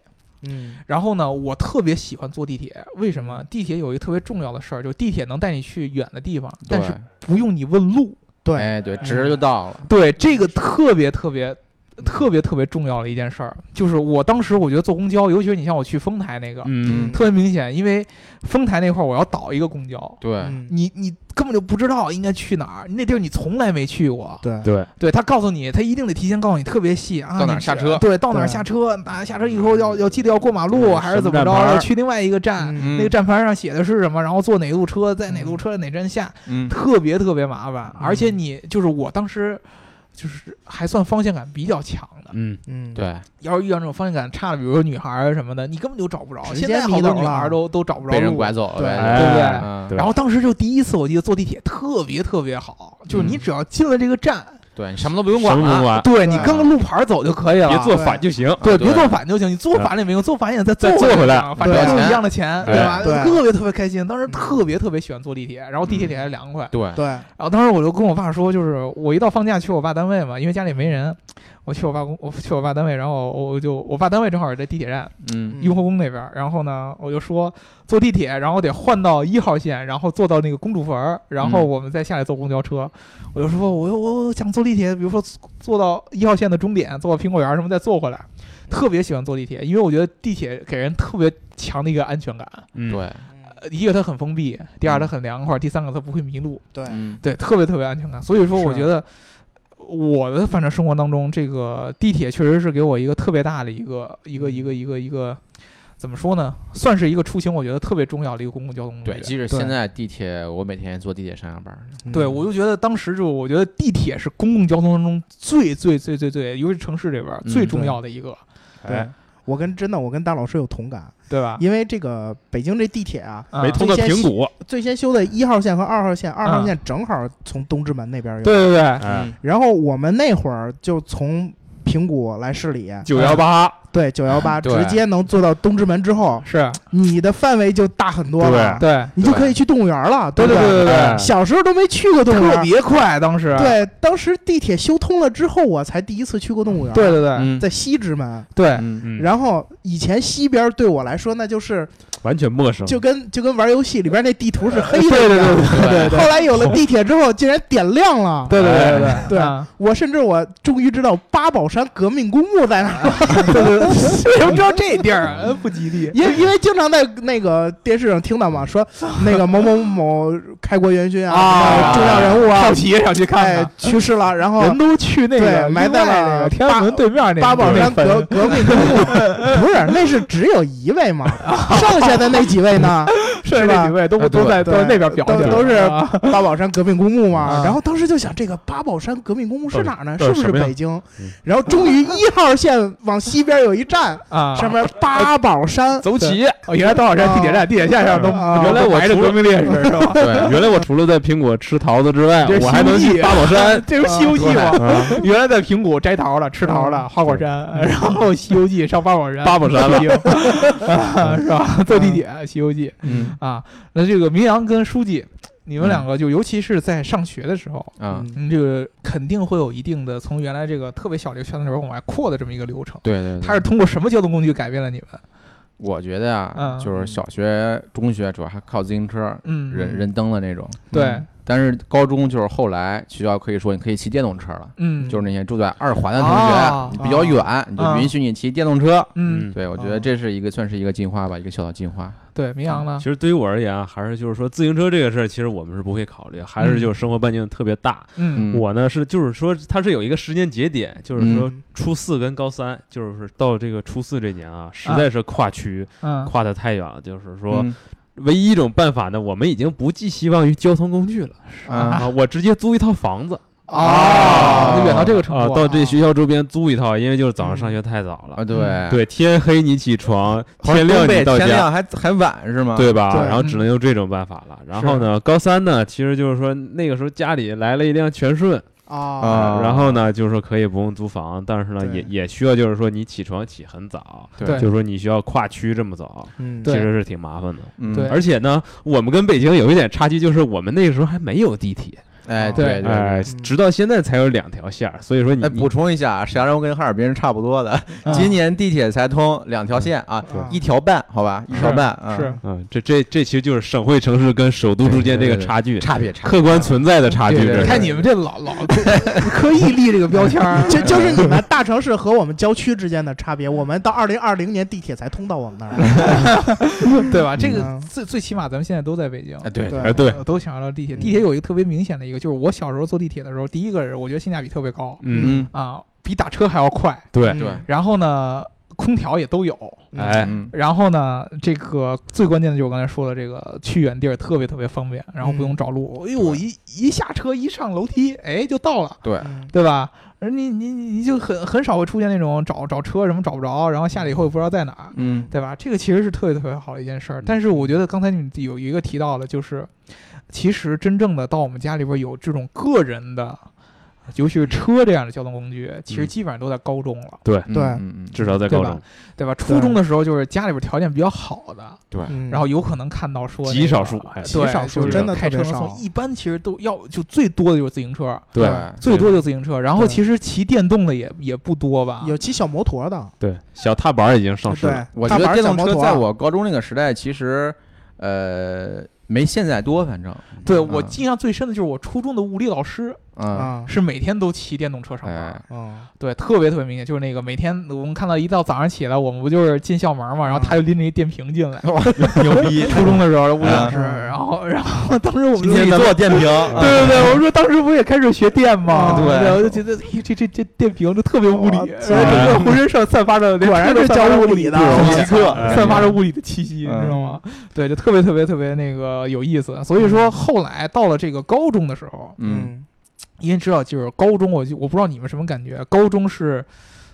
B: 嗯
A: 然后呢，我特别喜欢坐地铁，为什么？地铁有一个特别重要的事儿，就是地铁能带你去远的地方，但是不用你问路。
D: 对
B: 对，
D: 哎对，直着就到了，
A: 对，这个特别特别特别特别重要的一件事儿，就是我当时我觉得坐公交，尤其是你像我去丰台那个，
C: 嗯，
A: 特别明显，因为丰台那块儿我要倒一个公交，
D: 对，
B: 嗯
A: 你你根本就不知道应该去哪儿，那地儿你从来没去过。
B: 对
C: 对，
A: 对他告诉你，他一定得提前告诉你特别细啊，
D: 到哪儿
A: 你是
D: 下车
A: 对，到哪儿
B: 对
A: 下车，啊，下车以后要要记得要过马路
C: 嗯
A: 还是怎么着，
C: 什么站牌儿
A: 要去另外一个站。
B: 嗯
D: 嗯
A: 那个站牌上写的是什么？然后坐哪路车，在哪路车哪站下，
D: 嗯
A: 特别特别麻烦。而
C: 嗯
A: 且你就是我当时，就是还算方向感比较强的。
C: 嗯，
B: 嗯，
D: 对，
A: 要是遇到这种方向感差的，比如说女孩儿啊什么的，你根本就找不着。
B: 直接
A: 现在好
B: 迷
A: 多
B: 路
A: 女孩儿
B: 了
A: 都都找不着
D: 被人
A: 路
D: 拐走了
B: 对
D: 呗，
A: 对不对
D: 嗯
C: 对
A: 然后当时就第一次，我记得坐地铁特别特别好，就是你
D: 嗯
A: 只要进了这个站，
D: 对，你什么都不用
C: 什
D: 管
C: 么不
D: 了，
C: 管，
A: 对你
B: 对
A: 跟个路牌儿走就可以了。
C: 别做
B: 对
C: 反就行，
A: 对，别
D: 啊对
A: 做反就行，你做反也没用，做反也再
C: 再
A: 坐
C: 坐回来
A: 啊反
B: 对
A: 正都
D: 对
A: 是一样的钱，
C: 对
A: 吧？
B: 对
A: 特别特别开心，当时特别特别喜欢坐地铁，然后地铁里还凉快。
D: 对，
B: 对，
A: 然后当时我就跟我爸说，就是我一到放假去我爸单位嘛，因为家里没人，我去我爸公，我去我爸单位，然后我我就我爸单位正好在地铁站
D: 嗯
A: 雍和宫那边儿，然后呢，我就说坐地铁，然后得换到一号线，然后坐到那个公主坟儿，然后
D: 嗯
A: 我们再下来坐公交车。我就说我又我我想坐地铁，比如说坐到一号线的终点，坐到苹果园儿什么再坐回来。特别喜欢坐地铁，因为我觉得地铁给人特别强的一个安全感。
C: 嗯，
D: 对，
A: 呃一个它很封闭，第二
D: 嗯
A: 它很凉快，第三个它不会迷路，
B: 对，
D: 嗯
A: 对，特别特别安全感。所以说，
B: 是
A: 我觉得我的反正生活当中，这个地铁确实是给我一个特别大的一个一个一个一个一个，怎么说呢？算是一个出行我觉得特别重要的一个公共交通工
D: 对，
A: 具。
D: 即使
B: 对
D: 现在地铁，我每天坐地铁上下班儿，
A: 对，我就觉得当时就我觉得地铁是公共交通当中最最最最最，尤其是城市这边儿
D: 嗯
A: 最重要的一个，
C: 哎
A: 哎
B: 对我跟真的我跟大老师有同感，
A: 对吧？
B: 因为这个北京这地铁啊，
A: 啊
C: 没通过平谷，
B: 最先修的一号线和二号线，二号
A: 嗯
B: 线正好从东直门那边有，
A: 对对对，
C: 哎，
B: 然后我们那会儿就从平谷来市里，
C: 九幺八，
B: 对九幺八
D: 对
B: 直接能坐到东直门之后，
A: 是，
B: 你的范围就大很多了，
A: 对，
B: 你就可以去动物园了，
A: 对
B: 不
A: 对对对
C: 哎
A: 对，
B: 小时候都没去过动物
A: 特
B: 园，
A: 别快，当时，
B: 对，当时地铁修通了之后，我才第一次去过动物园，
A: 对，对对
D: 嗯，
B: 在西直门。
A: 对，
D: 嗯
C: 嗯，
B: 然后以前西边对我来说，那就是
C: 完全陌生，
B: 就跟就跟玩游戏里边那地图是黑的
A: 嗯对对
B: 一
A: 对
B: 样。
A: 对
D: 对
B: 后来有了地铁之后，竟然点亮了。
A: 对对对
B: 对
A: 啊
B: 我甚至我终于知道八宝山革命公墓在哪 儿了，
A: 对对，对为什么知道这地儿啊？不吉利。
B: 因为因为经常在那个电视上听到嘛， 说那个某某某开国元勋啊，
A: 啊
B: 重要人物啊
A: 好，奇想去看
B: 哎
A: 看，
B: 去世了，然后
A: 人都去那
B: 对
A: 个
B: 埋
A: 另外
B: 在了
A: 那个天安门
B: 八
A: 对面那个
B: 八宝
A: 地
B: 山
A: 方
B: 革革命公墓， 不是，那是只有一 位嘛，剩下的那几位呢，
A: 剩下那几位都
C: 哎
D: 是吧
A: 都在都
B: 对
A: 在那边表
B: 都
A: 去了，
B: 都是
A: 啊
B: 八宝山革命公墓嘛。
A: 啊
B: 然后当时就想，这个八宝山革命公墓是哪儿呢？
C: 到
B: 是
C: 底
B: 不是
C: 什么呀
B: 北京
C: 嗯？
B: 然后终于一号线往西边有一站，
A: 啊
B: 上面八宝山。
D: 走起，
C: 啊
A: 哦，原来多少站地铁站，地铁线上都
B: 啊
A: 原来我埋着革命烈士是吧？
D: 对，
C: 哎原来我除了在苹果吃桃子 之外，
A: 这是
C: 我还能
A: 西游
C: 去
A: 记。
C: 八宝山
A: 这是《西游记》吗？
C: 啊，
A: 原来在平谷摘桃了，吃桃了，花果山，然后《西游记》上八宝山，
C: 嗯八宝山了
A: 北京啊是吧？坐地铁，《西游记》
D: 嗯
A: 啊，那这个明阳跟书记，你们两个就尤其是在上学的时候，
D: 啊，
B: 嗯
A: 嗯，这个肯定会有一定的从原来这个特别小这个圈子里边往外扩的这么一个流程。
D: 对对，对
A: 它是通过什么交通工具改变了你们？
D: 我觉得啊
A: 嗯，
D: 就是小学、中学主要还靠自行车、
A: 嗯，
D: 人人蹬的那种，
A: 对，
D: 但是高中就是后来学校可以说你可以骑电动车了，
A: 嗯，
D: 就是那些住在二环的同
A: 哦
D: 学，你比较远，你就
A: 啊
D: 允许你骑电动车。
A: 嗯，
D: 对，我觉得这是一个算是一个进化吧，一个小小进化。
A: 对，明阳呢
C: 其？实对于我而言啊，还是就是说自行车这个事儿，其实我们是不会考虑，还是就是生活半径特别大。
A: 嗯
D: 嗯
C: 我呢是就是说它是有一个时间节点，就是说
A: 嗯
C: 初四跟高三，就是到这个初四这年啊，实在是跨区、
A: 嗯，
C: 跨的太远了。就是说，
D: 嗯
C: 唯一一种办法呢，我们已经不寄希望于交通工具了
D: 啊，
C: 啊，我直接租一套房子
A: 啊，
B: 啊
A: 就远到这个程
C: 啊，
A: 度，
C: 到这学校周边租一套，因为就是早上上学太早
D: 啊
C: 了，
D: 对
C: 对，天黑你起床，天亮
D: 哦东北
C: 你到
D: 天
C: 家。
D: 亮还还晚是吗？
C: 对吧？
B: 对
C: 然后只能用这种办法了。然后呢，高三呢，其实就是说那个时候家里来了一辆全顺，
B: 啊，
D: 啊，
C: 然后呢，就是说可以不用租房，但是呢，
B: 对
C: 也也需要就是说你起床起很早，
A: 对
C: 就是说你需要跨区这么早，
B: 嗯，
A: 对
C: 其实是挺麻烦的。
D: 嗯
A: 对
C: 而且呢，我们跟北京有一点差距，就是我们那个时候还没有地铁，
D: 哎
A: 对
D: 对对对。
C: 哎，
B: 嗯
C: 直到现在才有两条线儿，所以说你
D: 哎，补充一下，石家庄跟哈尔滨是差不多的。
A: 嗯
D: 今年地铁才通两条线啊，
B: 对
D: 一条半，好吧，一条半啊，
A: 是
C: 嗯，这这这其实就是省会城市跟首都之间这个
D: 对对对
C: 差距，
D: 差别差别。
C: 客观存在的差距
D: 对
C: 这是。
D: 对对
A: 你看你们这老老刻意立这个标签 儿，
B: 就就是你们大城市和我们郊区之间的差别。我们到二零二零年地铁才通到我们那儿，
A: 对吧？这个
B: 嗯
A: 最最起码咱们现在都在北京，
D: 哎，对
B: 对
C: 哎，对，
A: 呃都想要到地铁。
B: 嗯
A: 地铁有一个特别明显的一个，就是我小时候坐地铁的时候，第一个是我觉得性价比特别高
C: 嗯，
D: 嗯，
A: 啊，比打车还要快。
C: 对，
D: 对
B: 嗯
A: 然后呢，空调也都有。
C: 哎，
D: 嗯
A: 然后呢，这个最关键的就是我刚才说的，这个去远地儿特别特别方便，然后不用找路。哎呦，我一一下车一上楼梯，哎就到了，
D: 对，
B: 嗯
A: 对吧？而你你你你就很很少会出现那种找找车什么找不着，然后下来以后也不知道在哪儿，
D: 嗯
A: 对吧？这个其实是特别特别好的一件事儿。但是我觉得刚才你们有一个提到的，就是其实真正的到我们家里边有这种个人的，尤其是车这样的交通工具，其实
C: 嗯
A: 基本上都在高中了。
B: 对
D: 嗯嗯
C: 至少在
A: 对
C: 高
A: 吧
C: 中
A: 对吧？初中的时候就是家里边条件比较好的，
B: 嗯
A: 然后有可能看到说那个
C: 极少数
A: 对
C: 哎
B: 极少数
A: 就是
B: 真的
A: 开车
B: 特别少
A: 送一般其实都要就最多的就是自行车，
C: 对
A: 最多就是自行车，然后
B: 对
A: 其实骑电动的也也不多吧？
B: 有骑小摩托的，
C: 对，小踏板已经上市了
B: 对。，
D: 我
B: 大
D: 觉
B: 板
D: 得
B: 儿小
D: 电动
B: 摩
D: 车
B: 托
D: 在我高中那个时代，其实呃没现在多，反正
A: 对我
D: 嗯
A: 印象最深的就是我初中的物理老师，
D: 嗯，
B: 啊，
A: 是每天都骑电动车上班儿。
D: 哎，
B: 嗯，
A: 对，特别特别明显，就是那个每天我们看到一到早上起来，我们不就是进校门嘛，然后他就拎着一电瓶进来，
C: 牛逼！
A: 初中的时候物理老师，
B: 嗯
A: 然后然后当时我们
D: 今
A: 就
D: 天
A: 对
D: 做电瓶，
B: 啊
A: 对对，我说当时不也开始学电吗？
B: 嗯
D: 对
A: 我就觉得咦这这这电瓶就特别物理，
B: 哇
A: 然后整个浑身上散发着，
B: 果然
A: 这
B: 是教物理的啊
D: 不容易
B: 极客
C: 哎呀
A: 散发着物理的气息，
D: 嗯
A: 你知道吗？对，就特别特别特别那个有意思。所以说后来到了这个高中的时候，
D: 嗯，
A: 因为知道就是高中，我就我不知道你们什么感觉，高中是。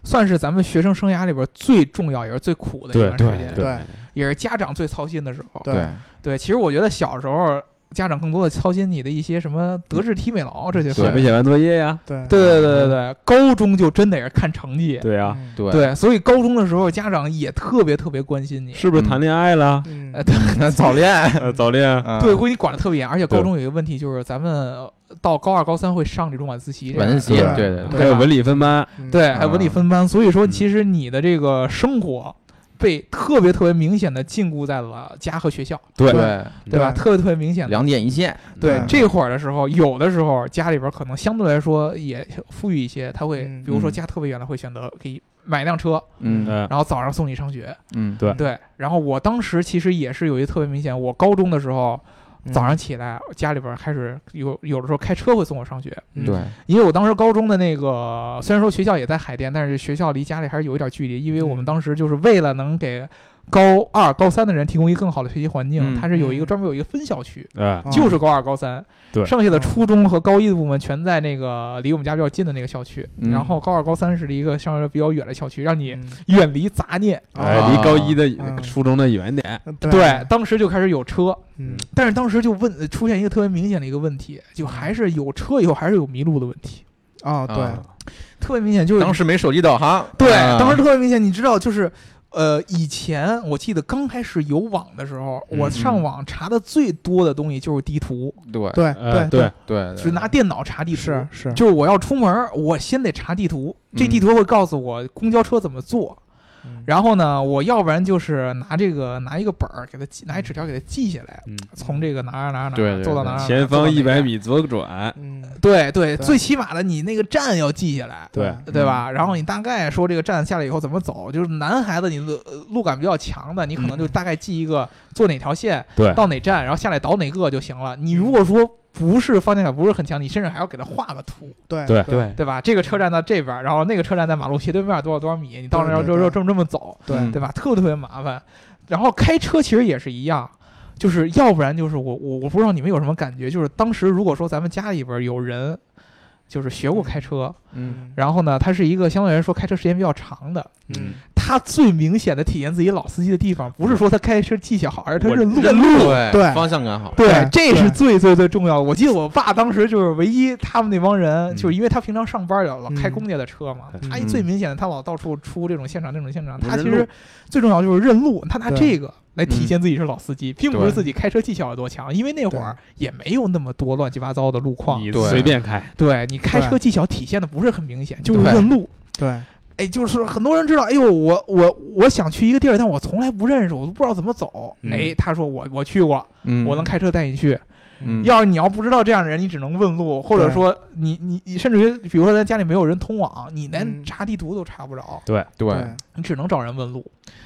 A: 算是咱们学生生涯里边最重要也是最苦的一段时间，
B: 对
A: 也是家长最操心的时候。
B: 对
D: 对，
A: 对，其实我觉得小时候家长更多的操心你的一些什么德智体美劳这些事
C: 写
A: 儿。
C: 没写完作业呀？
B: 对
A: 对对对对对，高中就真得是看成绩。
C: 啊对呀，
B: 嗯
D: 对，
A: 对，所以高中的时候家长也特别特别关心你。
C: 嗯是不是谈恋爱了？
B: 嗯
A: 呃，对
D: 那早恋，
C: 呃，早恋。
D: 嗯
A: 对，会你管的特别严，而且高
C: 对
A: 中有一个问题就是咱们呃到高二、高三会上这种晚自习这样，
D: 晚自习，
B: 对
D: 对对对，
C: 还有文理分班，
B: 嗯
A: 对，还有文理
D: 啊
A: 分班，所以说
C: 嗯
A: 其实你的这个生活被特别特别明显的禁锢在了家和学校，
C: 对
D: 对，
A: 对吧？
B: 对
A: 特别特别明显的
D: 两点一线，
A: 对
D: 嗯
A: 这会儿的时候，有的时候家里边可能相对来说也富裕一些，他会
B: 嗯
A: 比如说家特别远的会选择给你买一辆车，
D: 嗯
C: 嗯，
A: 然后早上送你上学。
D: 嗯，
C: 对
A: 对，然后我当时其实也是有一个特别明显，我高中的时候
B: 嗯
A: 早上起来，家里边开始有有的时候开车会送我上学，
B: 嗯
D: 对，
A: 因为我当时高中的那个虽然说学校也在海淀，但是学校离家里还是有一点距离，因为我们
B: 嗯
A: 当时就是为了能给。高二、高三的人提供一个更好的学习环境，
D: 嗯
A: 它是有一个
B: 嗯
A: 专门有一个分校区，
C: 哎，
B: 啊
A: 就是高二、高三，
C: 对
A: 剩下的初中和高一的部分全在那个离我们家比较近的那个校区，
D: 嗯
A: 然后高二、高三是离一个相对比较远的校区，让你
B: 嗯
A: 远离杂念。
C: 哎，
D: 啊
C: 离高一的
B: 嗯
C: 初中的远点，
B: 对
A: 对，当时就开始有车，
B: 嗯
A: 但是当时就问呃出现一个特别明显的一个问题，就还是有车以后还是有迷路的问题，
B: 哦
D: 啊
B: 对
A: 特别明显就是
D: 当时没手机导航，
A: 对，
D: 啊
A: 当时特别明显，你知道就是。呃，以前我记得刚开始有网的时候，
C: 嗯
A: 我上网查的最多的东西就是地图，
D: 对
B: 对
A: 呃
C: 哎，
B: 对
C: 对，
D: 对，
A: 只拿电脑查地图。
B: 是是
A: 就是我要出门儿，我先得查地图，这
D: 嗯
A: 地图会告诉我公交车怎么坐。
B: 嗯
A: 然后呢，我要不然就是拿这个拿一个本儿给它记，拿一纸条给它记下来，
C: 嗯，
A: 从这个哪儿哪儿哪
D: 对
A: 儿
D: 对
A: 坐到
D: 对
A: 哪儿哪儿，
C: 前
A: 坐
C: 方
A: 到
C: 一
A: 哪
C: 百
A: 儿。
C: 米左转，
B: 嗯
A: 对对，
B: 对
A: 最起码的你那个站要记下来。
C: 对
A: 对吧？然后你大概说这个站下来以后怎么走，就是男孩子你路呃路感比较强的，你可能就
B: 嗯
A: 大概记一个坐哪条线
C: 对嗯
A: 到哪站，然后下来倒哪个就行了。你如果说不是方向感不是很强，你甚至还要给他画个图，
B: 对
C: 对
B: 对
A: 对吧？这个车站在这边儿，然后那个车站在马路斜对面多少多少米，你到那儿要
B: 对对
A: 就就
B: 对
A: 这么这么走，
B: 对
A: 对吧？特别特别麻烦。然后开车其实也是一样，就是要不然就是我我我不知道你们有什么感觉，就是当时如果说咱们家里边儿有人就是学过开车，
D: 嗯，
A: 然后呢，他是一个相对来说开车时间比较长的，
B: 嗯
A: 他最明显的体验自己老司机的地方，不是说他开车技巧好，而是他
C: 我
A: 认路。
D: 认路，
B: 对
D: 方向感好，
A: 对
B: 对，
A: 哎这是
B: 对
A: 最最最重要的。我记得我爸当时就是唯一他们那帮人，就是因为他平常上班老老开
B: 嗯
A: 公家的车嘛，
C: 嗯
A: 他一最明显的他老到处出这种现场这种现场，
C: 不
A: 他
C: 认
A: 其实
C: 路
A: 最重要就是认路，他拿
B: 对
A: 这个来体
D: 嗯
A: 现自己是老司机，并不是
D: 对
A: 自己开车技巧有多强，因为那会儿也没有那么多乱七八糟的路况，
C: 你
D: 对
C: 随便开，
A: 对你开
B: 对
A: 车技巧体现的不是很明显，就是
D: 对
A: 认路。
B: 对
A: 哎，就是说很多人知道，哎呦，我我我想去一个地儿，但我从来不认识，我都不知道怎么走。
C: 嗯
A: 哎，他说我我去过，
D: 嗯，
A: 我能开车带你去。
D: 嗯，
A: 要是你要不知道这样的人，你只能问路，或者
B: 对
A: 说你你你甚至于，比如说咱家里没有人通网，你连
B: 嗯
A: 查地图都查不着，
D: 对，
A: 你只能找人问路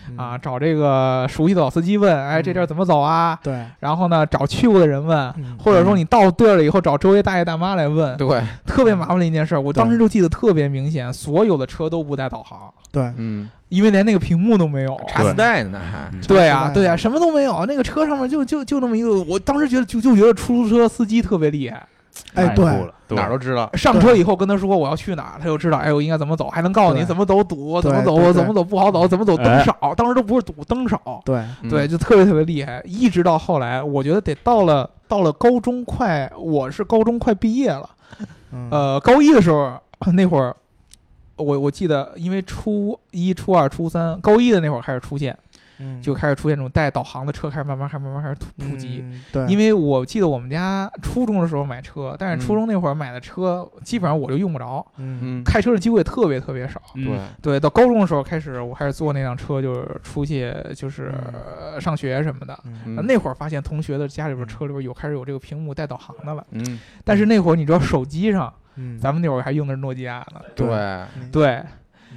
B: 嗯
A: 啊，找这个熟悉的老司机问，哎，这地儿怎么走啊？
B: 对
A: 然后呢，找去过的人问。
B: 嗯
A: 或者说你到地儿了以后，找周围大爷大妈来问，
D: 对，
A: 特别麻烦的一件事儿。我当时
B: 对
A: 就记得特别明显，所有的车都不带导航，
B: 对
D: 嗯，
A: 因为连那个屏幕都没有。
D: 查磁带呢还，
A: 对啊，
B: 对
A: 对啊，什么都没有，那个车上面就就就那么一个，我当时觉得就就觉得出租车司机特别厉害，
B: 哎
C: 太
B: 对
C: 酷了，对
D: 哪儿都知道，
A: 上车以后跟他说我要去哪儿，他就知道，哎，我应该怎么走，还能告诉你
B: 对
A: 怎么走堵，怎
B: 对
A: 么走
B: 对对
A: 怎么走不好走，怎么走灯
C: 哎
A: 少，当时都不是堵灯少，
B: 对
D: 嗯
A: 对，，就特别特别厉害，一直到后来，我觉得得到了到了高中快，我是高中快毕业了，
B: 嗯
A: 呃，高一的时候那会儿，我我记得因为初一、初二、初三，高一的那会儿开始出现。
B: 嗯
A: 就开始出现这种带导航的车，开始慢慢开始慢慢开始普普及。
B: 嗯对，
A: 因为
B: 为
A: 我记得我们家初中的时候买车，但是初
D: 嗯
A: 中那会儿买的车基本上我就用不着，
B: 嗯
D: 嗯，
A: 开车的机会特别特别少。
C: 嗯
D: 对，
A: 对，到高中的时候开始，我开始坐那辆车，就是出去就是
B: 嗯
A: 呃上学什么的。
B: 嗯
D: 嗯
A: 那会儿发现同学的家里边车里边有开始有这个屏幕带导航的了，
D: 嗯，
A: 但是那会儿你知道手机上，
B: 嗯，
A: 咱们那会儿还用的是诺基亚呢。
D: 对，
A: 对，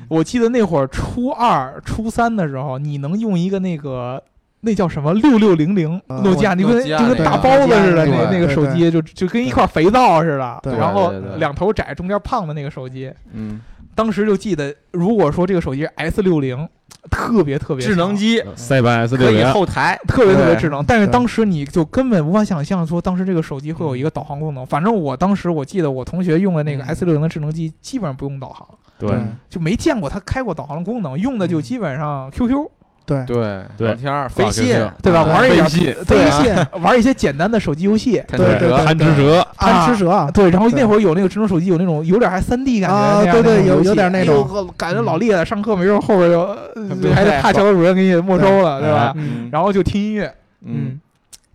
A: 我记得那会儿初二、初三的时候，你能用一个那个那叫什么六六零零
B: 啊
A: 诺基亚，就
D: 嗯诺
A: 跟
D: 基亚
A: 就跟
D: 那
A: 大
D: 个
A: 包子似的，
D: 诺基亚
A: 那那个
B: 对
A: 手机就就跟一块肥皂似的，
B: 对
A: 然后
D: 对对对
A: 两头窄中间胖的那个手机。
D: 嗯，
A: 当时就记得，如果说这个手机是 S 六零，特别特别
D: 智能
A: 强哎
D: 机
C: 塞班 S
D: 可
C: 六
D: 以
C: 零，
D: 后台，
A: 特别特别
D: 对
A: 智能，但是
B: 对
A: 当时你就根本无法想象说当时这个手机会有一个导航功能。反正我当时我记得我同学用的那个
B: 嗯
A: S 六零的智能机，基本上不用导航，
C: 对
A: 就没见过它开过导航的功能，用的就
B: 嗯
A: 基本上 QQ，
B: 对
D: 对
C: 对
D: 聊天儿飞信
C: 就是，
A: 对吧？玩一
D: 飞
A: 点
D: 信，
A: 对
B: 微信啊
A: 玩一些简单的手机游戏，
D: 对
B: 对对对
C: 贪吃蛇，
B: 贪吃蛇啊，
A: 对。然后
B: 对
A: 那会儿有那个智能手机，有那种有点还三 D 感觉
B: 啊
A: 那样
B: 对
A: 的那
B: 对
A: 种
B: 有
A: 游戏
B: 有点那
A: 哎呦
B: 种嗯
A: 呵感觉老厉害了。上课没时候后边就呃
D: 还
A: 还
D: 被
A: 得怕教导主任给你没收了，
C: 对
A: 对吧？
D: 嗯
A: 然后就听音乐，
D: 嗯，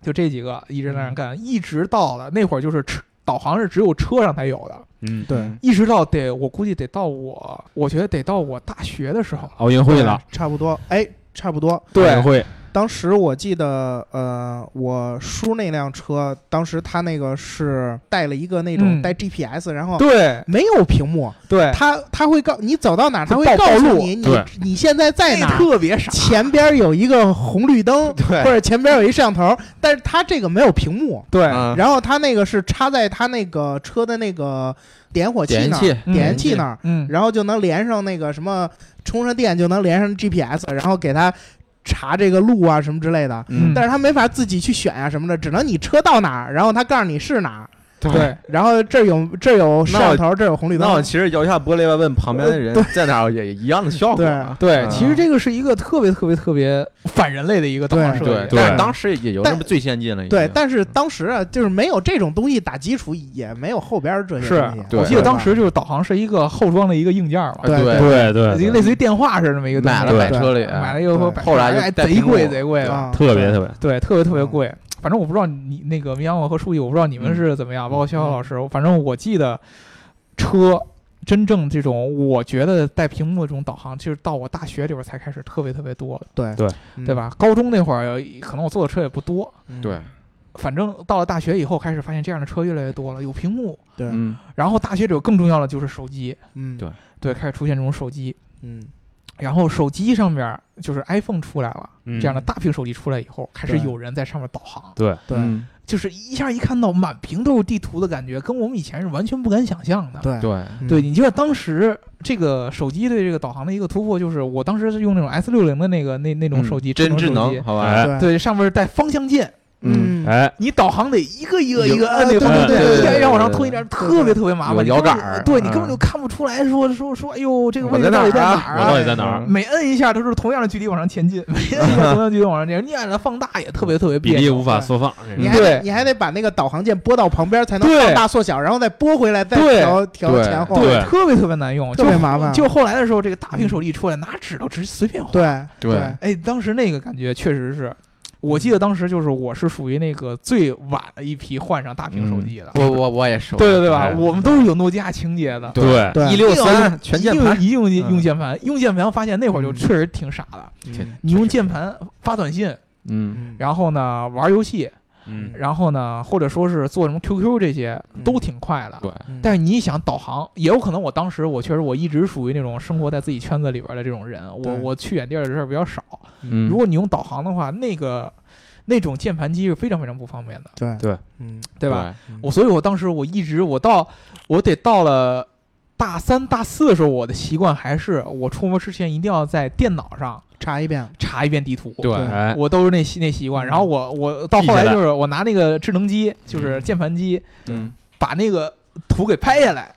A: 就这几个一直在那儿干，一直到了那会儿就是车导航是只有车上才有的，
C: 嗯，
B: 对
D: 嗯，
A: 一直到得我估计得到我，我觉得得到我大学的时候，哎
C: 奥运会了，
B: 差不多，哎，差不多。
C: 奥运会，
B: 当时我记得，呃，我叔那辆车，当时他那个是带了一个那种
A: 嗯
B: 带 GPS，然后
A: 对
B: 没有屏幕，
A: 对，
B: 他他会告你走到哪儿，他
A: 就
B: 会
A: 报
B: 告
A: 报
B: 诉
A: 路
B: 你你
C: 对
B: 你现在在
A: 那
B: 哪儿，
A: 特别傻，
B: 前边有一个红绿灯，嗯或
D: 对，
B: 者前边有一摄像头，但是他这个没有屏幕，
A: 对，
D: 嗯
B: 然后他那个是插在他那个车的那个点火器
D: 点
B: 那
D: 器
B: 儿，点
A: 燃
B: 燃气那儿，
A: 嗯，
B: 然后就能连上那个什么，充上电就能连上 GPS，然后给他查这个路啊什么之类的。
D: 嗯，
B: 但是他没法自己去选啊什么的，只能你车到哪儿，然后他告诉你是哪儿，
A: 对，
B: 然后这儿有这儿有摄
D: 那我
B: 像头，这儿有红绿
D: 那我
B: 灯。
D: 其实摇下玻璃外问旁边的人
B: 呃
D: 在哪儿也一样的效果啊，
A: 对，
D: 嗯
A: 其实这个是一个特别特别特别反人类的一个导航
B: 对
A: 设
D: 对
A: 计，，
C: 对
D: 但是当时也有那么最先进了已经，
B: 对，但是当时啊，就是没有这种东西打基础，也没有后边儿这些
A: 是
B: 东西。
D: 对
A: 我记得
B: 对
A: 当时就是导航是一个后装的一个硬件嘛，
B: 对
D: 啊对
C: 对对，
A: 就类似于电话似的这么一个东西
D: 买了摆
B: 对
D: 车里，啊
A: 买了以后
B: 对
A: 摆
D: 后来就
A: 哎
D: 带
A: 贼
D: 屏幕
A: 贵贼贵
D: 对
A: 了。
B: 啊，
C: 特别特别，
A: 对，特别特别
B: 嗯
A: 贵。反正我不知道你那个明阳和书记，我不知道你们是怎么样，包括潇潇老师。反正我记得车真正这种，我觉得带屏幕的这种导航，就是到我大学里边才开始特别特别多，
B: 对
C: 对
B: 嗯
A: 对吧？高中那会儿可能我坐的车也不多，
B: 嗯
D: 对，
A: 反正到了大学以后开始发现这样的车越来越多了，有屏幕。
B: 对
D: 嗯，
A: 然后大学里有更重要的就是手机，
B: 嗯
D: 对
A: 对，开始出现这种手机。
B: 嗯
A: 然后手机上面儿就是 iPhone 出来了，
C: 嗯
A: 这样的大屏手机出来以后，开始
B: 对
A: 有人在上面导航。
C: 对，
B: 对
D: 嗯
A: 就是一下一看到满屏都是地图的感觉，跟我们以前是完全不敢想象的。
B: 对
D: 对，
B: 嗯
A: 对，你就像当时这个手机对这个导航的一个突破，就是我当时是用那种 S 六零的那个那那种手机，
D: 嗯真智
A: 手
D: 能，
A: 机，
D: 好吧，
C: 哎
B: 对
A: 对，上面带方向键，
B: 嗯
C: 哎，
A: 你导航得一个一个一个按那
B: 有
A: 个方向
C: 对
A: 键，
C: 对对
A: 一下一下
D: 对
A: 往上
D: 对
A: 推一点，
B: 对
A: 特别
B: 对
A: 特别麻
D: 有
A: 烦，你
D: 摇
A: 根本
D: 杆儿
A: 就对你根本
D: 嗯
A: 就看不出来说说说，哎呦，这个
D: 我
A: 位置
D: 在
A: 到底
D: 哪
A: 在
D: 儿啊
A: 哪儿
C: 我
A: 啊
C: 到？底在哪
B: 嗯
C: 儿？
A: 每摁一下都是同样的距离往上前进，每摁一下同样的距离往上前进，你嗯按它放大也特别特别
C: 比
A: 别
C: 例
A: 扭，
C: 无法缩放，
B: 嗯你还
A: 对
B: 得你还得把那个导航键拨到旁边才能
A: 对
B: 放大缩小，然后再拨回来，再
A: 对
B: 调调
D: 对
B: 前后，
A: 对，
C: 对
A: 特别特别难用，
B: 特别麻烦
A: 就后来的时候，这个大屏手机一出来，拿指头直随便画。，
B: 对
D: 对
A: 哎，当时那个感觉确实是，我记得当时就是我是属于那个最晚的一批换上大屏手机的，
D: 我我我也是，
A: 对对对吧？
C: 哎
A: 我们都是有诺基亚情节的。
C: 对，
B: 对
D: 一六三全键盘，
A: 一定用用
D: 嗯
A: 键盘，用键盘发现那会儿就
B: 嗯
A: 确实挺傻的。
D: 挺
A: 你用键盘发短信，
D: 嗯
A: 然后呢玩游戏，
C: 嗯，
A: 然后呢或者说是做什么 QQ 这些
B: 嗯
A: 都挺快的。
D: 对，
B: 嗯
A: 但是你想导航，也有可能我当时我确实我一直属于那种生活在自己圈子里边的这种人，我
B: 对
A: 我去远地儿的事儿比较少。
D: 嗯，
A: 如果你用导航的话，那个那种键盘机是非常非常不方便的，
B: 对
C: 对，
B: 嗯
A: 对吧？
B: 嗯
A: 我所以，我当时我一直我到我得到了大三大四的时候，我的习惯还是我出门之前一定要在电脑上
B: 查一遍，
A: 查一遍地图。
D: 对
B: 对
C: 哎，
A: 我都是那习那习惯，
B: 嗯
A: 然后我我到
C: 记
A: 后来
C: 下来
A: 就是我拿那个智能机，就是键盘机，
D: 嗯
A: 把那个图给拍下来，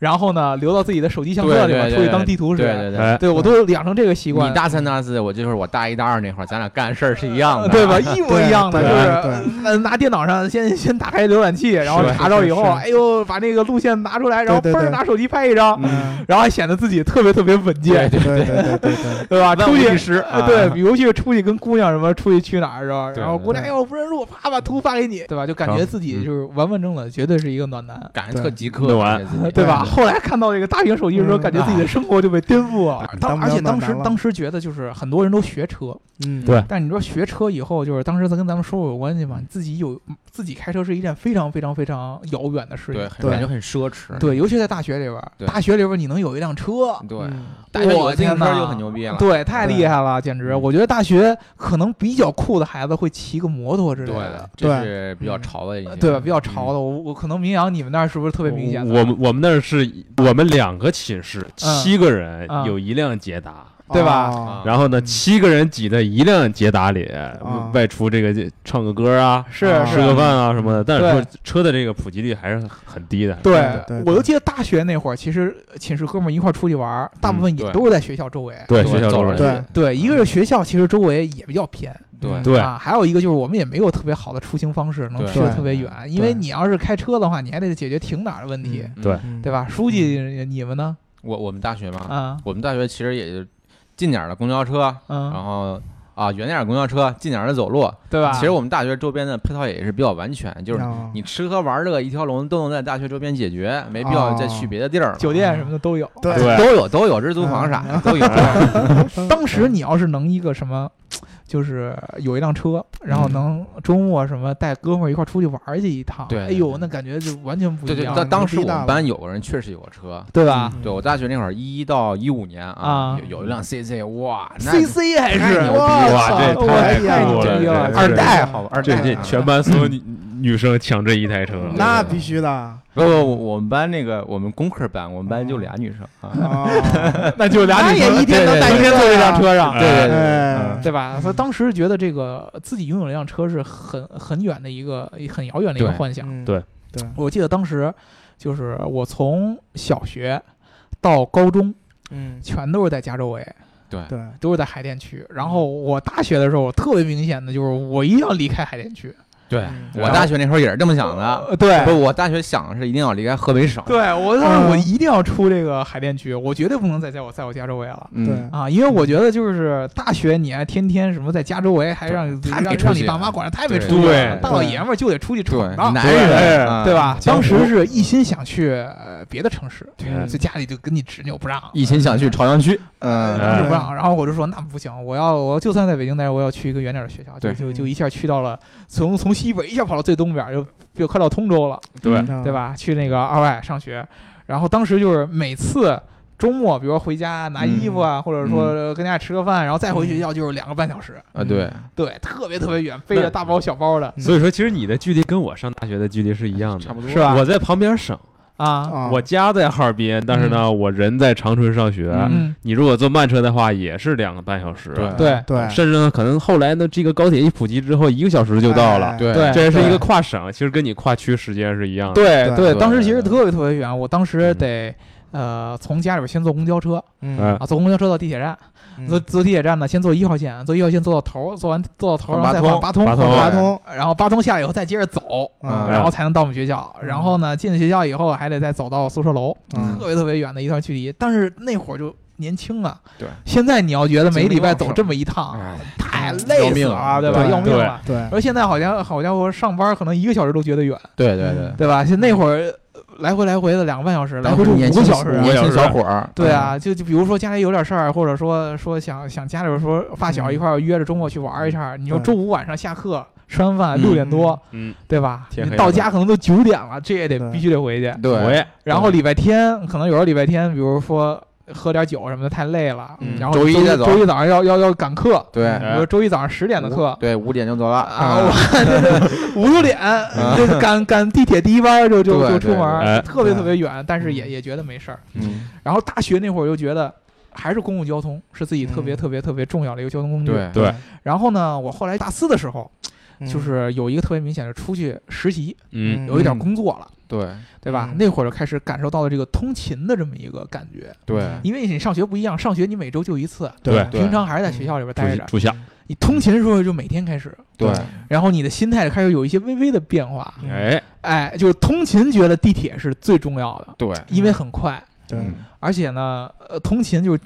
A: 然后呢留到自己的手机相
D: 对
A: 册里
D: 对
A: 边，
D: 对
A: 出去
D: 对
A: 当地图使。
D: 对对对。
C: 哎，
A: 对我都养成这个习惯，
D: 你大三大四，我就是我大一大二那会儿，咱俩干事儿是一样的，啊
A: 对吧？？一模一样的，
B: 对
A: 就是
B: 对
A: 呃拿电脑上先先打开浏览器，然后
B: 是
A: 查着以后，
B: 是是
A: 哎呦，把那个路线拿出来，然后
B: 对
A: 嘣
B: 对
A: 儿
B: 对
A: 拿手机拍一张，
B: 嗯，
A: 然后还显得自己特别特别稳健，
B: 对对对对 对
A: 对吧？
D: 万
A: 出
D: 无
A: 去
D: 一失
A: 呃
B: 哎
D: 啊，
A: 对，尤其是出去跟姑娘什么，出去去哪儿是吧？
C: 对
A: 然后姑娘，哎
B: 对嗯
A: 呦，不认路，啪把图发给你，对吧？就感觉自己就是完完整整，绝对是一个暖男，呃
D: 感觉特极客，
C: 对完
D: 感觉自己
A: 对吧？
B: 对
A: 后来看到这个大屏手机的时候，
B: 嗯
A: 感觉自己的生活就被颠覆了。当
B: 当不
A: 而
B: 了
A: 且当
B: 暖
A: 时
B: 男了
A: 当时觉得就是很多人都学车，
B: 对，嗯，
C: 对
A: 但你说学车以后，就是当时咱跟咱们说过有关系嘛，你自己有自己开车是一件非常非常非常遥远的事
D: 对，
A: 情。
D: 很
B: 对
D: 感觉很奢侈，
A: 对，尤其在大学里边儿，
D: 对
A: 大学里边儿你能有一辆车，
D: 对，
B: 嗯
D: 大学有
A: 我
D: 自行
A: 天
D: 车
A: 哪
D: 就很牛逼了，
A: 对，太厉害了，简直！
D: 嗯
A: 我觉得大学可能比较酷的孩子会骑个摩托之类的，呃
D: 这
B: 对
D: 是比较潮的一些，啊
A: 对吧？比较潮的，我我可能明阳你们那儿是不是特别明显的？
C: 我我们我们那儿是我们两个寝室七个人
A: 嗯
C: 有一辆捷达，
A: 对吧
B: 哦
C: 然后呢
B: 嗯
C: 七个人挤在一辆捷达里嗯外出，这个唱个歌啊，
A: 是
B: 啊
A: 是
C: 吃个饭啊什么的。但是
A: 对
C: 说车的这个普及率还是很低的。
A: 对
B: 对对
A: 我
B: 对
A: 都记得大学那会儿，其实寝室哥们儿一块儿出去玩儿，大部分也
D: 对
A: 都是在学校周围。
C: 对，
D: 对
C: 学校
D: 走
C: 周
D: 着
C: 围
D: 去
B: 对
A: 对，一个是学校其实周围也比较偏，
D: 对
C: 对
A: 啊，还有一个就是我们也没有特别好的出行方式，能
D: 对
A: 去的
B: 对
A: 特别远。因
B: 对
A: 为你要是开车的话，你还得解决停哪儿的问题，
D: 嗯
C: 对
B: 嗯
A: 对吧？书记，你们呢？
D: 我我们大学嘛，
A: 啊，
D: 我们大学其实也就近点儿的公交车，然
A: 嗯，
D: 后啊远点儿的公交车，近点儿的走路。
A: 对吧？啊
D: 其实我们大学周边的配套也是比较完全，就是
B: 哦
D: 你吃喝玩乐一条龙都能在大学周边解决，没必要再
A: 啊
D: 去别的地儿了。
A: 酒店什么的都有。
B: 对
C: 对
D: 都有都有日租房
A: 嗯
D: 啥的都有，
A: 当时你要是能一个什么，就是有一辆车，然后能周末什么带哥们儿一块儿出去玩儿去一趟，
D: 对
A: 哎呦，那感觉就完全 不
D: 对
A: 一
D: 对，
A: 样，
D: 当当时我
B: 地大
D: 们
B: 了
D: 班有个人确实有个车，
A: 对吧
B: 嗯
D: 对我大学那会儿一到一五年
A: 啊
D: 啊，有有一辆 CC，哇，嗯那
A: ？C C 还
D: 太
A: 是
D: 牛逼了
C: 哇这
A: 我
C: 太
A: 太
C: 酷了
A: 牛逼了，
C: 这
D: 二
A: 二代
D: 代
A: 好
D: 好
A: 吧
D: 吧，二
C: 这
D: 代
C: 这
D: 啊
C: 全班所有女女生抢这一台车，
B: 那必须的啊
D: 不不，我我们班那个我们工科班，我们班就俩女生 啊，
B: 哦
A: 那就俩
B: 那
A: 女
B: 也
A: 生
B: 一天
A: 对
B: 能
A: 对
B: 带
A: 对
B: 一
A: 一天
B: 辆
A: 坐这辆
B: 车呀
A: 车上，
D: 对对对
B: 哎
A: 对吧？所以当时觉得这个自己拥有一辆车是很很远的一个很遥远的一个
D: 对
A: 幻想。
B: 嗯
C: 对
B: 对
A: 我记得当时就是我从小学到高中，
B: 嗯
A: 全都是在家周围，
B: 对
A: 都是在海淀区。然后
D: 嗯
A: 我大学的时候，我特别明显的就是我一定要离开海淀区。
D: 对
B: 嗯
D: 我大学那会儿也是这么想的，
A: 呃对
D: 啊不，我大学想的是一定要离开河北省，
A: 对，我当时
B: 嗯
A: 我一定要出这个海淀区，我绝对不能再在我在我家周围了。
D: 嗯，
B: 对
A: 啊，因为我觉得就是大学，你还天天什么在家周围，还让
D: 太
A: 让
D: 没出
A: 让
D: 息
A: 你爸
D: 了
A: 妈管着，太没
D: 对
A: 出息了。
C: 对
A: 大老爷们儿就得出去
D: 对
A: 闯，荡，
D: 男人啊
A: 对吧？
D: 江
A: 当
D: 湖
A: 时是一心想去呃别的城市，
C: 对
A: 所以家里就跟你执拗不让，
D: 一心想去朝阳区，嗯，
A: 执拗不啊让。然后我就说那不行，我要我就算在北京待着，我要去一个远点儿的学校，就
D: 对
A: 就就一下去到了从从西北一下跑到最东边儿，就就快到通州了。
C: 对
B: 嗯
A: 哎对吧？去那个二外上学，然后当时就是每次周末，比如说回家拿衣服啊，或者说跟家吃个饭，然后再回学校就是两个半小时，
D: 啊对，
A: 对，特别特别远，背着大包小包的，
C: 所以说其实你的距离跟我上大学的距离是一样的，
D: 差不多
A: 是吧？
C: 我在旁边省，
A: 啊，
B: 啊
C: 我家在哈尔滨，但是呢，我人在长春上学。
A: 嗯，
C: 你如果坐慢车的话，也是两个半小时。
D: 对
A: 对
B: 对
C: 甚至呢，可能后来呢，这个高铁一普及之后，一个小时就到了。
B: 哎
D: 对
A: 对
C: 这也是一个跨省，其实跟你跨区时间是一样的。
A: 对
B: 对
A: 对，当时
D: 对
A: 其实
D: 对
A: 特别特别远，我当时得。呃，从家里边先坐公交车
B: 嗯
C: 嗯，
A: 啊，坐公交车到地铁站，
B: 嗯
A: 坐坐地铁站呢，先坐一号线，坐一号线坐到头儿，坐完坐到头儿，然后再
D: 换
A: 换
D: 八
A: 通，
C: 八通
B: 八
A: 换
B: 通
A: 八然后八通下来以后再接着走，
D: 嗯
B: 啊
A: 然后才能到我们学校。然后呢，进了学校以后还得再走到宿舍楼，
B: 嗯
A: 特别特别远的一段距离。但是那会儿就年轻啊，
D: 对
A: 现在你要觉得每礼拜
D: 精力旺
A: 走
D: 盛
A: 这么一趟，
D: 哎
A: 太累死了，
D: 要命啊
A: 对吧？
B: 对
A: 要命了。
B: 对
A: 而现在好像好家伙，上班可能一个小时都觉得远，
D: 对对对，
A: 对吧？像那会儿呃来回来回的两个半小时，来嗯回就
D: 当
A: 五
D: 时年
A: 个
D: 轻
A: 小时啊
D: 年。轻小伙儿，
A: 对啊，就就比如说家里有点事儿，或者说说想想家里边说发小
B: 嗯
A: 一块儿约着周末去玩一下，你说
B: 对
A: 周五晚上下课吃完饭六
D: 嗯
A: 点多，
C: 嗯，
A: 对吧？
C: 天
A: 你
C: 黑
A: 到
C: 了
A: 家可能都九点了，这也得
B: 对
A: 必须得回去。
D: 嗯对，
C: 我也
A: 然后礼拜天可能有时候礼拜天，比如说喝点酒什么的，太累了。
D: 嗯
A: 然后
D: 周一再走
A: 周一早上要要要赶课，
D: 对
A: 比如周一早上十点嗯的课。
D: 对，五点就走了
A: 啊，我 这五六点，这赶赶地铁第一班就就
D: 对
A: 就出门
C: 对
A: 儿，
C: 对
A: 特别
B: 哎
A: 特别远，但是也
B: 嗯
A: 也觉得没事儿。
D: 嗯，
A: 然后大学那会儿又觉得还是公共交通是自己特别
B: 嗯
A: 特别特别重要的一个交通工具。
D: 对
C: 对
A: 然后呢，我后来大四的时候，
B: 嗯
A: 就是有一个特别明显的，出去实习，
C: 嗯
A: 有一点
D: 嗯
A: 工作了，
D: 对
A: 对吧？
B: 嗯
A: 那会儿就开始感受到了这个通勤的这么一个感觉，
D: 对
A: 因为你上学不一样，上学你每周就一次，
C: 对
D: 嗯对
A: 平常还是在学校里边
C: 住
A: 待
C: 校
A: 着，
C: 住校，
A: 你通勤的时候就每天开始，
D: 对，
A: 然后你的心态开始有一些微微的变化，
B: 嗯
C: 哎，
A: 哎，就是通勤觉得地铁是最重要的，
D: 对，
A: 因为很快，
B: 对，
D: 嗯
A: 而且呢，呃，通勤就是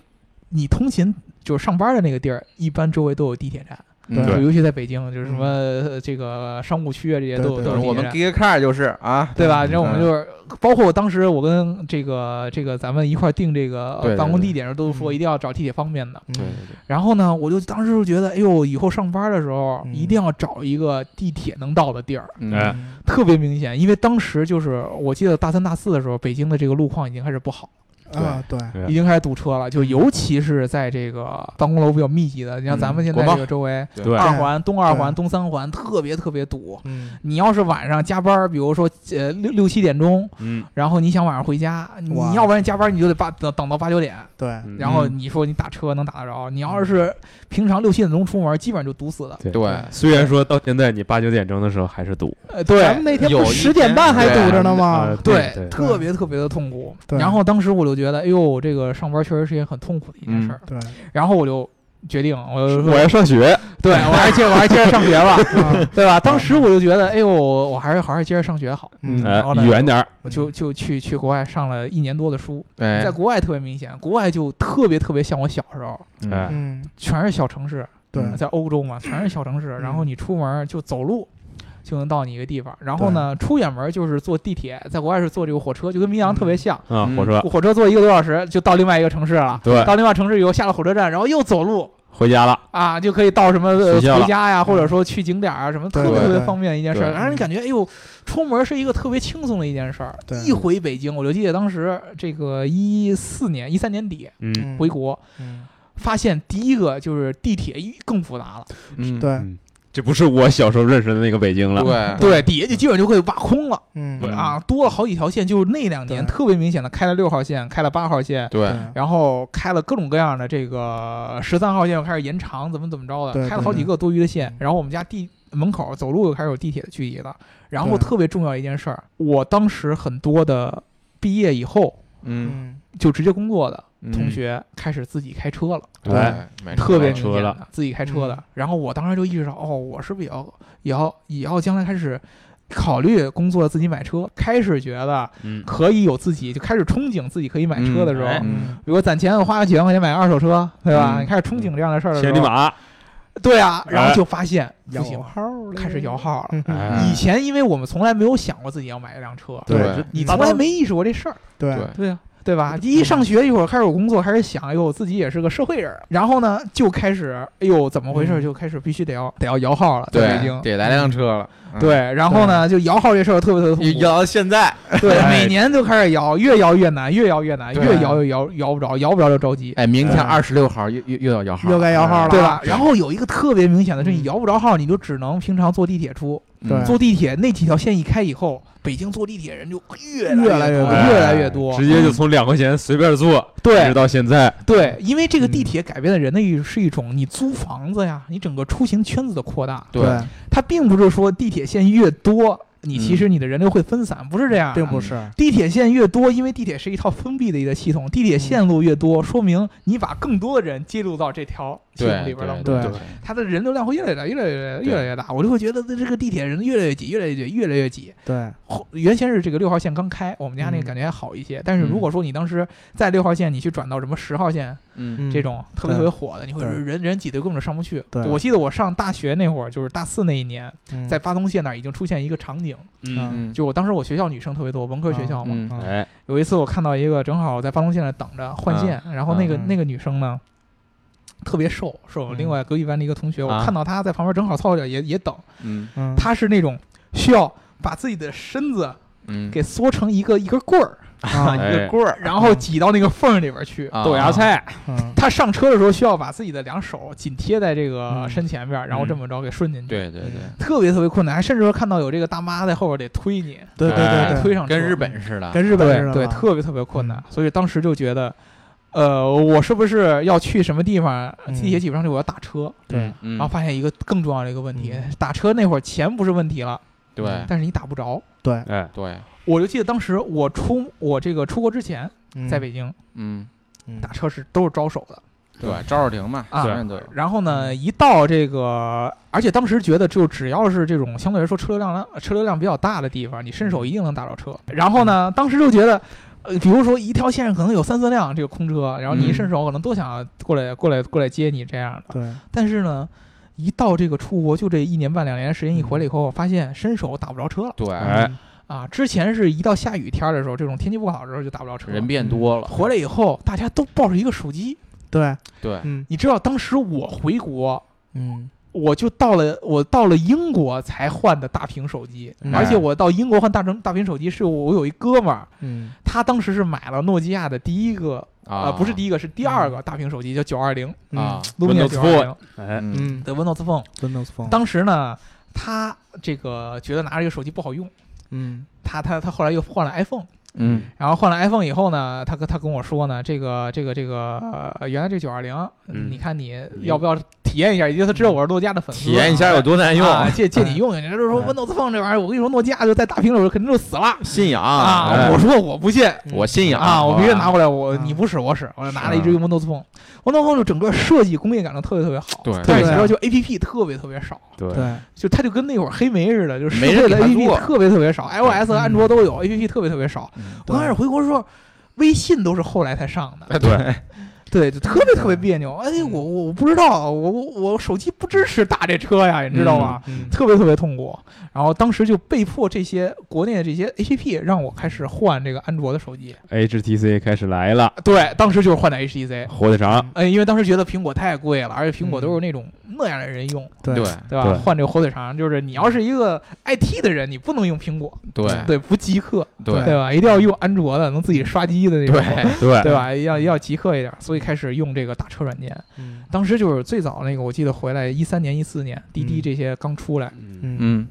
A: 你通勤就是上班的那个地儿，一般周围都有地铁站，
D: 嗯
A: 就
C: 对
A: 尤其在北京，就是什
B: 嗯
A: 么、呃这个商务区啊这些都有
B: 对
A: 都
D: 对
A: 有
D: 我
A: 地铁
D: 们
A: 站。
D: Geek Car 就是啊，
A: 对吧？然后我们
D: 嗯
A: 就是，包括我当时我跟这个这个咱们一块儿定这个呃
D: 对对
A: 办公
D: 对
A: 地点的时候，都说
B: 嗯
A: 一定要找地铁方便的。
B: 嗯
D: 对对对
A: 然后呢，我就当时就觉得，哎呦，以后上班的时候
B: 嗯
A: 一定要找一个地铁能到的地儿，
D: 嗯
C: 哎
B: 嗯
A: 特别明显。因为当时就是我记得大三、大四的时候，北京的这个路况已经开始不好，
B: 啊，对，
C: 对
A: 已经开始堵车了，就尤其是在这个办公楼比较密集的，你像咱们现在
D: 国贸
A: 这个周围，
D: 对
C: 对
A: 二环、东二环、
B: 对
A: 东三环特别特别堵。
B: 嗯，
A: 你要是晚上加班，比如说呃六六七点钟，
C: 嗯，
A: 然后你想晚上回家，
B: 哇
A: 你要不然加班你就得八等等到八九点，
B: 对，
C: 嗯
A: 然后
D: 嗯
A: 你说你打车能打得着，你要是平常六七点钟出门，基本上就堵死了。
C: 对
D: 对。
C: 虽然说到现在你八九点钟的时候还是堵
A: 呃，
B: 咱们那天
D: 有
B: 不
D: 一
B: 十点半还堵着呢吗
C: 啊？
A: 对
C: 对
A: 特别特别的痛苦。
B: 对
A: 然后当时我就觉得，哎呦，这个上班确实是一件很痛苦的一件事儿。
B: 对，
A: 然后我就决定，我就说
C: 我要上学，
A: 对我
C: 啊
A: 还接我还接着上学 吧，
B: 啊
A: 对吧？当时我就觉得，哎呦，我还是好好接着上学好。
B: 嗯
C: 哎
A: 然后呢，
C: 远点儿，
A: 我就就去去国外上了一年多的书，
D: 哎
A: 在国外特别明显，国外就特别特别像我小时候，
C: 哎
B: 嗯，
A: 全是小城市，嗯
B: 对，嗯
A: 在欧洲嘛，全是小城市，然后你出门就走路。就能到你一个地方，然后呢，出远门就是坐地铁，在国外是坐这个火车，就跟明阳特别像，
C: 啊，
D: 嗯
C: 火车
A: 火车坐一个多小时就到另外一个城市了，
C: 对
A: 到另外城市以后下了火车站，然后又走路
C: 回家了，
A: 啊，就可以到什么呃
C: 学校了
A: 回家呀，或者说去景点啊什么，特别
B: 对
D: 对
A: 特别
B: 对
A: 方便的一件事儿，
D: 对
A: 让人感觉哎呦，出门是一个特别轻松的一件事儿
B: 对。
A: 一回北京，我就记得当时这个一四年、一三年底
C: 嗯，
B: 嗯
A: 回，国，
B: 嗯
A: 发现第一个就是地铁一更复杂了，
D: 嗯
B: 对，
C: 嗯这不是我小时候认识的那个北京了，
D: 对
A: 对，底下就基本就可以挖空了
B: 嗯，
C: 对
A: 啊，多了好几条线，就是那两年
B: 对
A: 特别明显的开了六号线，开了八号线，
D: 对
A: 然后开了各种各样的这个十三号线又开始延长，怎么怎么着
B: 对嗯
A: 的，开了好几个多余的线
B: 对。
A: 然后我们家地门口走路又开始有地铁的距离了。然后
B: 对
A: 特别重要一件事儿，我当时很多的毕业以后
D: 嗯
B: 嗯，
A: 就直接工作的
D: 嗯
A: 同学开始自己开车了，
B: 对
C: 哎，
D: 没错
A: 特别
C: 车
A: 明显
C: 了
A: 的自己开车的
B: 嗯。
A: 然后我当时就意识到，哦，我是不是也要也要也要将来开始考虑工作自己买车，开始觉得
C: 嗯，
A: 可以有自己就开始憧憬自己可以买车的时候。
C: 嗯哎
B: 嗯，
A: 比如攒钱，我花个几万块钱买个二手车，对吧？
D: 嗯
A: 你开始憧憬这样的事儿的时
C: 千
A: 候，
C: 里马，
A: 对啊，
C: 哎
A: 然后就发现不
B: 摇
A: 行，
B: 号了
A: 开始摇，号了。
B: 嗯
C: 哎
A: 以前因为我们从来没有想过自己要买一辆车，
B: 对
D: 对
A: 你从来没意识过这事儿，
B: 对
D: 对
A: 对啊，对吧？一上学一会儿开始有工作，开始想，哎呦，我自己也是个社会人儿，然后呢就开始，哎呦，怎么回事？
B: 嗯
A: 就开始必须得要得要摇号了，在北
D: 对，
A: 京。
D: 得来辆车了，嗯，
A: 对，然后呢，就摇号这事儿特别特别痛苦
D: 要到现在，
A: 对，
C: 哎
A: 每年都开始摇，越摇越难，越摇越难，
D: 对啊
A: 越摇越摇摇不着，摇不着就着急。
D: 哎，明天
B: 对
D: 二十六号又又又要摇号了，
B: 又该摇号了，啊
A: 对吧？然后有一个特别明显的，是你
B: 嗯哎
A: 摇不着号，你就只能平常坐地铁出。
D: 嗯
B: 对
A: 坐地铁那几条线一开以后，北京坐地铁人就越来
B: 越来越
A: 多
B: 多
C: 哎
A: 越来越多。
C: 直接就从两块钱随便坐，一直
A: 嗯对
C: 到现在，
A: 对，因为这个
B: 嗯
A: 地铁改变的人的一是一种，你租房子呀，你整个出行圈子的扩大，
D: 对
B: 对，
A: 它并不是说地铁线越多，你其实你的人流会分散，不是这样
B: 嗯并
A: 的。
B: 不是，
A: 地铁线越多，因为地铁是一套封闭的一个系统，地
B: 嗯
A: 铁线路越多，说明你把更多的人接入到这条系
D: 对
A: 统里边当中。
B: 对
D: 对
A: 它的人流量会越来越大，越来越大，
D: 对
A: 越来越大，我就会觉得这个地铁人越来越挤，越来越挤，越来越挤。
B: 对，
A: 后原先是这个六号线刚开，我们家那个
B: 嗯
A: 感觉还好一些，但是如果说你当时在六号线，你去转到什么十号线
D: 嗯
A: 这种特别特别火的，你会
B: 对
A: 人人挤得根本上不去。
B: 对
A: 我记得我上大学那会儿，就是大四那一年，
B: 嗯
A: 在，八通线那儿已经出现一个场景，
B: 嗯
D: 嗯，
A: 就我当时我学校女生特别多，文科学校嘛，
D: 嗯
B: 嗯
C: 哎，
A: 有一次我看到一个正好我在八通线那儿等着换线，然后那个、
B: 嗯
A: 那个女生呢。特别瘦，是我们另外隔壁班的一个同学，
D: 嗯啊
A: 我看到她在旁边正好凑合着也也等，
D: 嗯
B: 嗯，
A: 她是那种需要把自己的身子
D: 嗯，
A: 给缩成一个一根棍儿，
B: 啊，
C: 哎
D: 棍儿
A: 然后挤到那个缝儿里边去。
D: 嗯啊
C: 豆芽菜，
B: 嗯，
A: 她上车的时候需要把自己的两手紧贴在这个
B: 嗯
A: 身前边，然后这么着给顺进去。，
D: 对对对，
A: 特别特别困难，还甚至说看到有这个大妈在后边得推你，
B: 对对
C: 哎
B: 对对，
A: 推上车
D: 跟日本似的，
B: 跟日本似
A: 对
B: 的
A: 对
B: 吧
A: 特别特别困难
B: 嗯，
A: 所以当时就觉得。呃，我是不是要去什么地方？
B: 嗯
A: 地铁挤不上去，我要打车。
B: 对，
D: 嗯
A: 然后发现一个更重要的一个问题，
B: 嗯
A: 打车那会儿钱不是问题了，
D: 对
A: 但是你打不着。
B: 对，
C: 哎，
D: 对，
A: 我就记得当时我出我这个出国之前，
B: 嗯
A: 在北京
D: 嗯
B: 嗯
A: 打车是都是招手的。
D: 对，招手停嘛，
A: 啊
D: 随便对，
A: 然后呢，
D: 嗯
A: 一到这个，而且当时觉得，就只要是这种相对来说车流量车流量比较大的地方，你伸手一定能打着车。
D: 嗯
A: 然后呢，当时就觉得，呃，比如说一条线上可能有三四辆这个空车，然后
D: 嗯
A: 你一伸手，可能都想过来过来过来接你这样的。
B: 对，
A: 但是呢，一到这个出国，就这一年半两年的时间一回来
D: 嗯
A: 以后，我发现伸手打不着车了
D: 对，
C: 哎
B: 嗯
A: 啊！之前是一到下雨天的时候，这种天气不好的时候就打不着车。
D: 人变多了，
A: 回来以后，大家都抱着一个手机。
B: 对，
D: 对，
B: 嗯
A: 你知道当时我回国，
B: 嗯，
A: 我就到了，我到了英国才换的大屏手机，
B: 嗯
A: 而且我到英国换大屏大屏手机是我有一哥们儿，
B: 嗯
A: 他当时是买了诺基亚的第一个，
D: 啊
A: 呃，不是第一个，是第二个大屏手机，叫九二零，
B: 嗯
D: 啊，
A: 卢米亚
C: Windows
A: 九二零
C: 哎，
D: 嗯
B: 嗯
A: 的 Windows Phone。
B: ，Windows Phone，
A: 当时呢，他这个觉得拿着这个手机不好用，
B: 嗯
A: 他他他后来又换了 iPhone，
D: 嗯
A: 然后换了 iPhone 以后呢，他跟他跟我说呢，这个这个这个，呃，原来这九二零，
C: 嗯
A: 你看你要不要体验一下？因为他知道我是诺基亚的粉丝，
D: 体验一下有多难用，
A: 啊，借借你用用。人家就说 Windows Phone 这玩意儿，我跟你说，诺基亚就在大屏的时候肯定就死了
D: 信仰
A: 啊！
D: 哎
A: 我说我不信
D: 我信仰
A: 啊，我必须拿
D: 好吧
A: 回来，我
B: 啊
A: 你不使我使，我就拿
D: 是
A: 了一直用 Windows Phone，Windows Phone 就整个设计工业感都特别特别好，
D: 对
A: 但是
B: 对
A: 你知道就 A P P 特别特别少。
C: 对
B: 对，
A: 就它就跟那会儿黑莓似的，就是
D: 没人
A: 社会的
D: 给
A: A
D: 它
A: P P
D: 做
A: 特别特别少，iOS、
B: 嗯
A: 安卓都有，A P P 特别特别少。
D: 嗯
A: 我刚开始回国的时候，微信都是后来才上的，
D: 哎嗯
A: 对，
D: 对，
A: 就特别特别别扭。哎，我我我不知道，我我我手机不支持打这车呀，你知道吗？
B: 嗯
A: 特别特别痛苦。然后当时就被迫这些国内的这些 A P P 让我开始换这个安卓的手机。
C: ，HTC 开始来了，
A: 对，当时就是换的 H T C。
C: 火腿肠，
A: 哎，因为当时觉得苹果太贵了，而且苹果都是那种那样的人用，
B: 对
D: 对
A: 对吧？
C: 对
A: 换这个火腿肠，就是你要是一个 IT 的人，你不能用苹果，
D: 对
A: 对，不极客，对
D: 对
A: 吧？一定要用安卓的，能自己刷机的那种，
D: 对，
C: 对
A: 对吧？要要极客一点，所以开始用这个打车软件。
B: 嗯
A: 当时就是最早那个，我记得回来一三年、一四年，滴滴
B: 嗯
A: 这些刚出来，
C: 嗯
B: 嗯
D: 嗯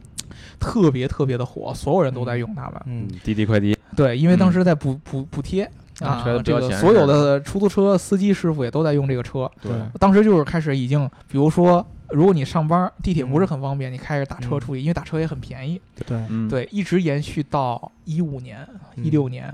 A: 特别特别的火，所有人都在用它们。
C: 嗯
B: 嗯，
C: 滴滴快滴，
A: 对，因为当时在补补补贴啊
D: 觉得，不
A: 这
D: 要
A: 个
D: 钱
A: 所有
D: 是吧
A: 的出租车司机师傅也都在用这个车。
D: 对，
A: 当时就是开始已经，比如说，如果你上班地铁不是很方便，你开始打车
B: 嗯
A: 出去，因为打车也很便宜。
B: 对，
D: 嗯，
A: 对，一直延续到一五年、
B: 嗯
A: 一六年，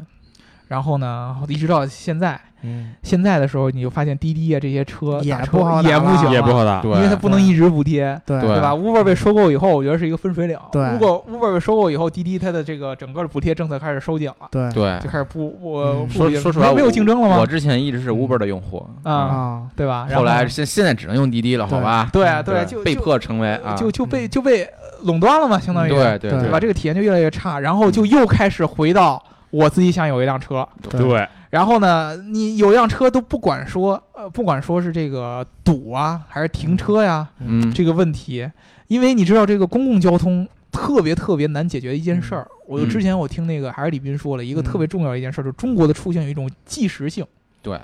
A: 然后呢，一直到现在。
B: 嗯
A: 现在的时候，你就发现滴滴啊这些车
B: 也
A: 打车
B: 不好打
A: 也不啊
B: 了
A: 行，
C: 也不，好打，
D: 对，
A: 因为它不能一直补贴。
B: 对
D: 对
A: 对吧？Uber 被收购以后，我觉得是一个分水岭。
B: 对
A: Uber Uber 被收购以后，滴滴它的这个整个的补贴政策开始收紧了，
B: 对
D: 对
A: 就，开始不我
B: 嗯
A: 不
D: 说
A: 也
D: 说实话，
A: 没有竞争了
D: 我
A: 吗？
D: 之前一直是
B: 嗯
D: Uber 的用户
A: 啊，
B: 啊，
A: 对吧？然
D: 后来现现在只能用滴滴了，好吧？
A: 对啊，啊，
D: 对
A: 就
D: 被迫成为啊，
A: 就就就被
B: 嗯
A: 就被呃垄断了嘛，相当于
D: 对对嗯
B: 对
A: 对吧？这个体验就越来越差，然后就又开始回到我自己想有一辆车，
B: 对
C: 对，
A: 然后呢，你有一辆车都不管说呃，不管说是这个堵啊，还是停车呀、
D: 嗯，
A: 这个问题，因为你知道这个公共交通特别特别难解决的一件
D: 嗯
A: 事儿。我就之前我听那个还是李斌说了一个
B: 嗯
A: 特别重要的一件事儿，就是中国的出现有一种即时性，
D: 对，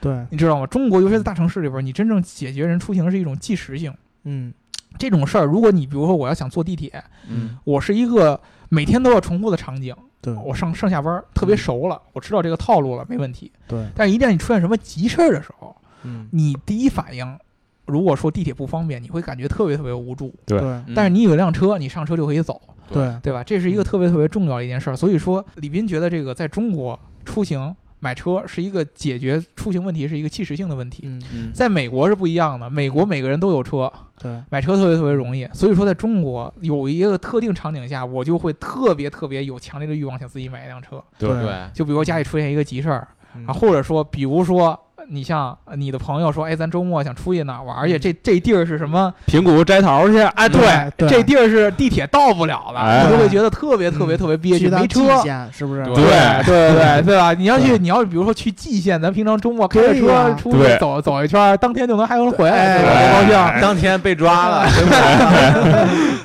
B: 对，
A: 你知道吗？中国尤其是在大城市里边儿，你真正解决人出行是一种即时性。
B: 嗯
A: 这种事儿，如果你比如说我要想坐地铁，
D: 嗯
A: 我是一个每天都要重复的场景，
B: 对
A: 我上上下班儿特别熟了，我知道这个套路了，没问题。
B: 对，
A: 但一旦你出现什么急事儿的时候，
B: 嗯
A: 你第一反应，如果说地铁不方便，你会感觉特别特别无助。
C: 对
B: 对
D: 嗯
A: 但是你有一辆车，你上车就可以走，
B: 对
A: 对吧？这是一个特别特别重要的一件事儿。所以说，李斌觉得这个在中国出行买车是一个解决出行问题是一个即时性的问题。
B: 嗯
D: 嗯
A: 在美国是不一样的，美国每个人都有车，
B: 对
A: 买车特别特别容易。所以说，在中国有一个特定场景下，我就会特别特别有强烈的欲望想自己买一辆车。
C: 对
D: 对，
A: 就比如家里出现一个急事儿，啊，
B: 嗯
A: 或者说，比如说，你像你的朋友说，哎，咱周末想出去哪儿玩儿去？这这地儿是什么？
C: 平谷摘桃去，
A: 哎，
B: 哎嗯对
A: 这地儿是地铁到不了了，
C: 哎
A: 我就会觉得特别特别特别憋屈，
B: 嗯去到
A: 没车。
B: 蓟县是不是？
D: 对
A: 对对对对吧？你要去，
B: 嗯对
A: 你要是比如说去蓟县，咱平常周末开着
B: 对呀
A: 车出去
C: 对
A: 走走一圈儿，当天就能还能回来，
B: 哎
A: 对吧？多高兴，
D: 当天被抓 了，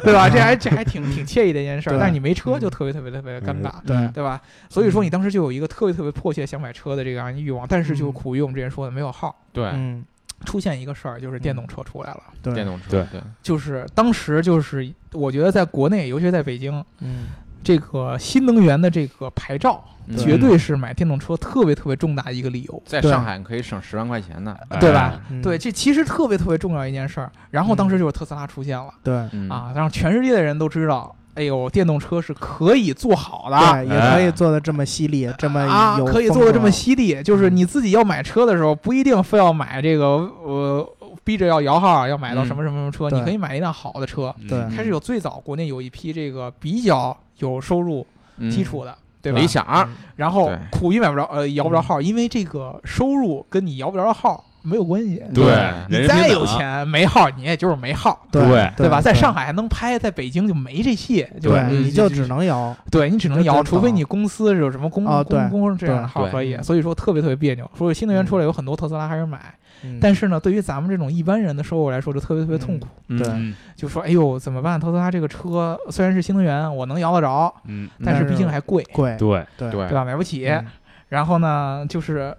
A: 对吧？这还这还挺挺惬意的一件事儿，
B: 对
A: 但是你没车就特别特别特别尴尬。
B: 对
A: 对吧？所以说你当时就有一个特别特别迫切想买车的这个样欲望，但是就苦于我们之前说的没有号，
D: 对，
B: 嗯
A: 出现一个事儿，就是电动车出来了。
B: 对
D: 电动车，
C: 对
D: 对，
A: 就是当时就是我觉得在国内，尤其是在北京，
B: 嗯
A: 这个新能源的这个牌照，
D: 嗯
A: 绝对是买电动车特别特别重大一个理由，
D: 在
B: 对
D: 上海可以省十万块钱呢。
A: 哎对吧？
B: 嗯
A: 对，这其实特别特别重要一件事儿。然后当时就是特斯拉出现了、
B: 对
D: 嗯，
A: 啊，让全世界的人都知道，哎呦，电动车是可以做好的。
B: 对，也可以
C: 哎
B: 做的这么犀利，这么
A: 啊，
B: 有
A: 可以
B: 风
A: 做的这
B: 格
A: 么犀利，就是你自己要买车的时候，不一定非要买这个呃，逼着要摇号要买到什么什么什么车，
B: 对
A: 你可以买一辆好的车。
C: 嗯
B: 对
C: 嗯
A: 开始有最早国内有一批这个比较有收入
D: 嗯
A: 基础的，对吧嗯
D: 理？想，
A: 然后
D: 对
A: 苦于买不着呃摇不着号，因为这个收入跟你摇不着号没有关系。
C: 对
D: 对，
A: 你
C: 人
A: 再
C: 民
A: 有
C: 党
A: 钱没号，你也就是没号。
B: 对
C: 对
A: 对吧？在上海还能拍，在北京就没这戏，就
B: 对，
D: 嗯
B: 你就只能摇，
A: 对你只能
B: 就
A: 摇，
B: 真
A: 除非
B: 倒
A: 你公司是有什么公、
B: 啊对
A: 公公这样的号
D: 对
A: 可以，
B: 嗯
A: 所以说特别特别别扭。所以新能源出来
B: 嗯
A: 有很多特斯拉还是买，
B: 嗯
A: 但是呢，对于咱们这种一般人的收入来说，就特别特别痛苦。
C: 嗯
B: 对
C: 嗯
A: 就说哎呦怎么办？特斯拉这个车虽然是新能源，我能摇得着，
C: 嗯，
A: 但是
B: 但是
A: 毕竟还贵，
B: 贵，嗯
C: 对，
B: 对
D: 对
A: 对吧？买不起。
B: 嗯
A: 然后呢，就是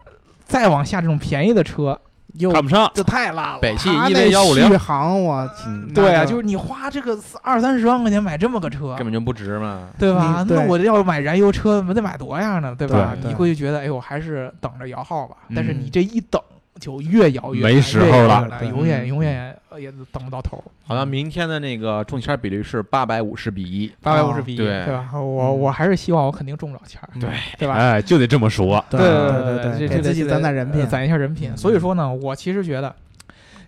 A: 再往下这种便宜的车又
C: 看不上，
A: 这太烂了。
D: 北汽
B: 它
D: 一
B: 那
D: 零幺五零
B: 续航我
D: 嗯
A: 对啊，
B: 那
A: 就是你花这个二三十万块钱买这么个车，
D: 根本就不值嘛。
A: 对吧？
B: 你
A: 那
B: 对
A: 我要买燃油车，我得买多样呢，对吧？
B: 对对
A: 你会觉得，哎呦，还是等着摇号吧。但是
B: 嗯
A: 你这一等，就越摇越
C: 没时
A: 越
C: 候
A: 摇越
B: 了
A: 来
B: 对
A: 永远
B: 嗯
A: 永远呃也等不到头。
D: 好像明天的那个中签比率是八百五十比一，
A: 八百五十比一，
D: 对
A: 吧？我
B: 嗯
A: 我还是希望我肯定中不了签儿，
B: 对
A: 对吧？
C: 哎，就得这么说，
B: 对
A: 对这
B: 对给
A: 这
B: 自
A: 得
B: 己
A: 这
B: 攒
A: 得
B: 攒人品
A: 呃，攒一下人品。所以说呢，我其实觉得。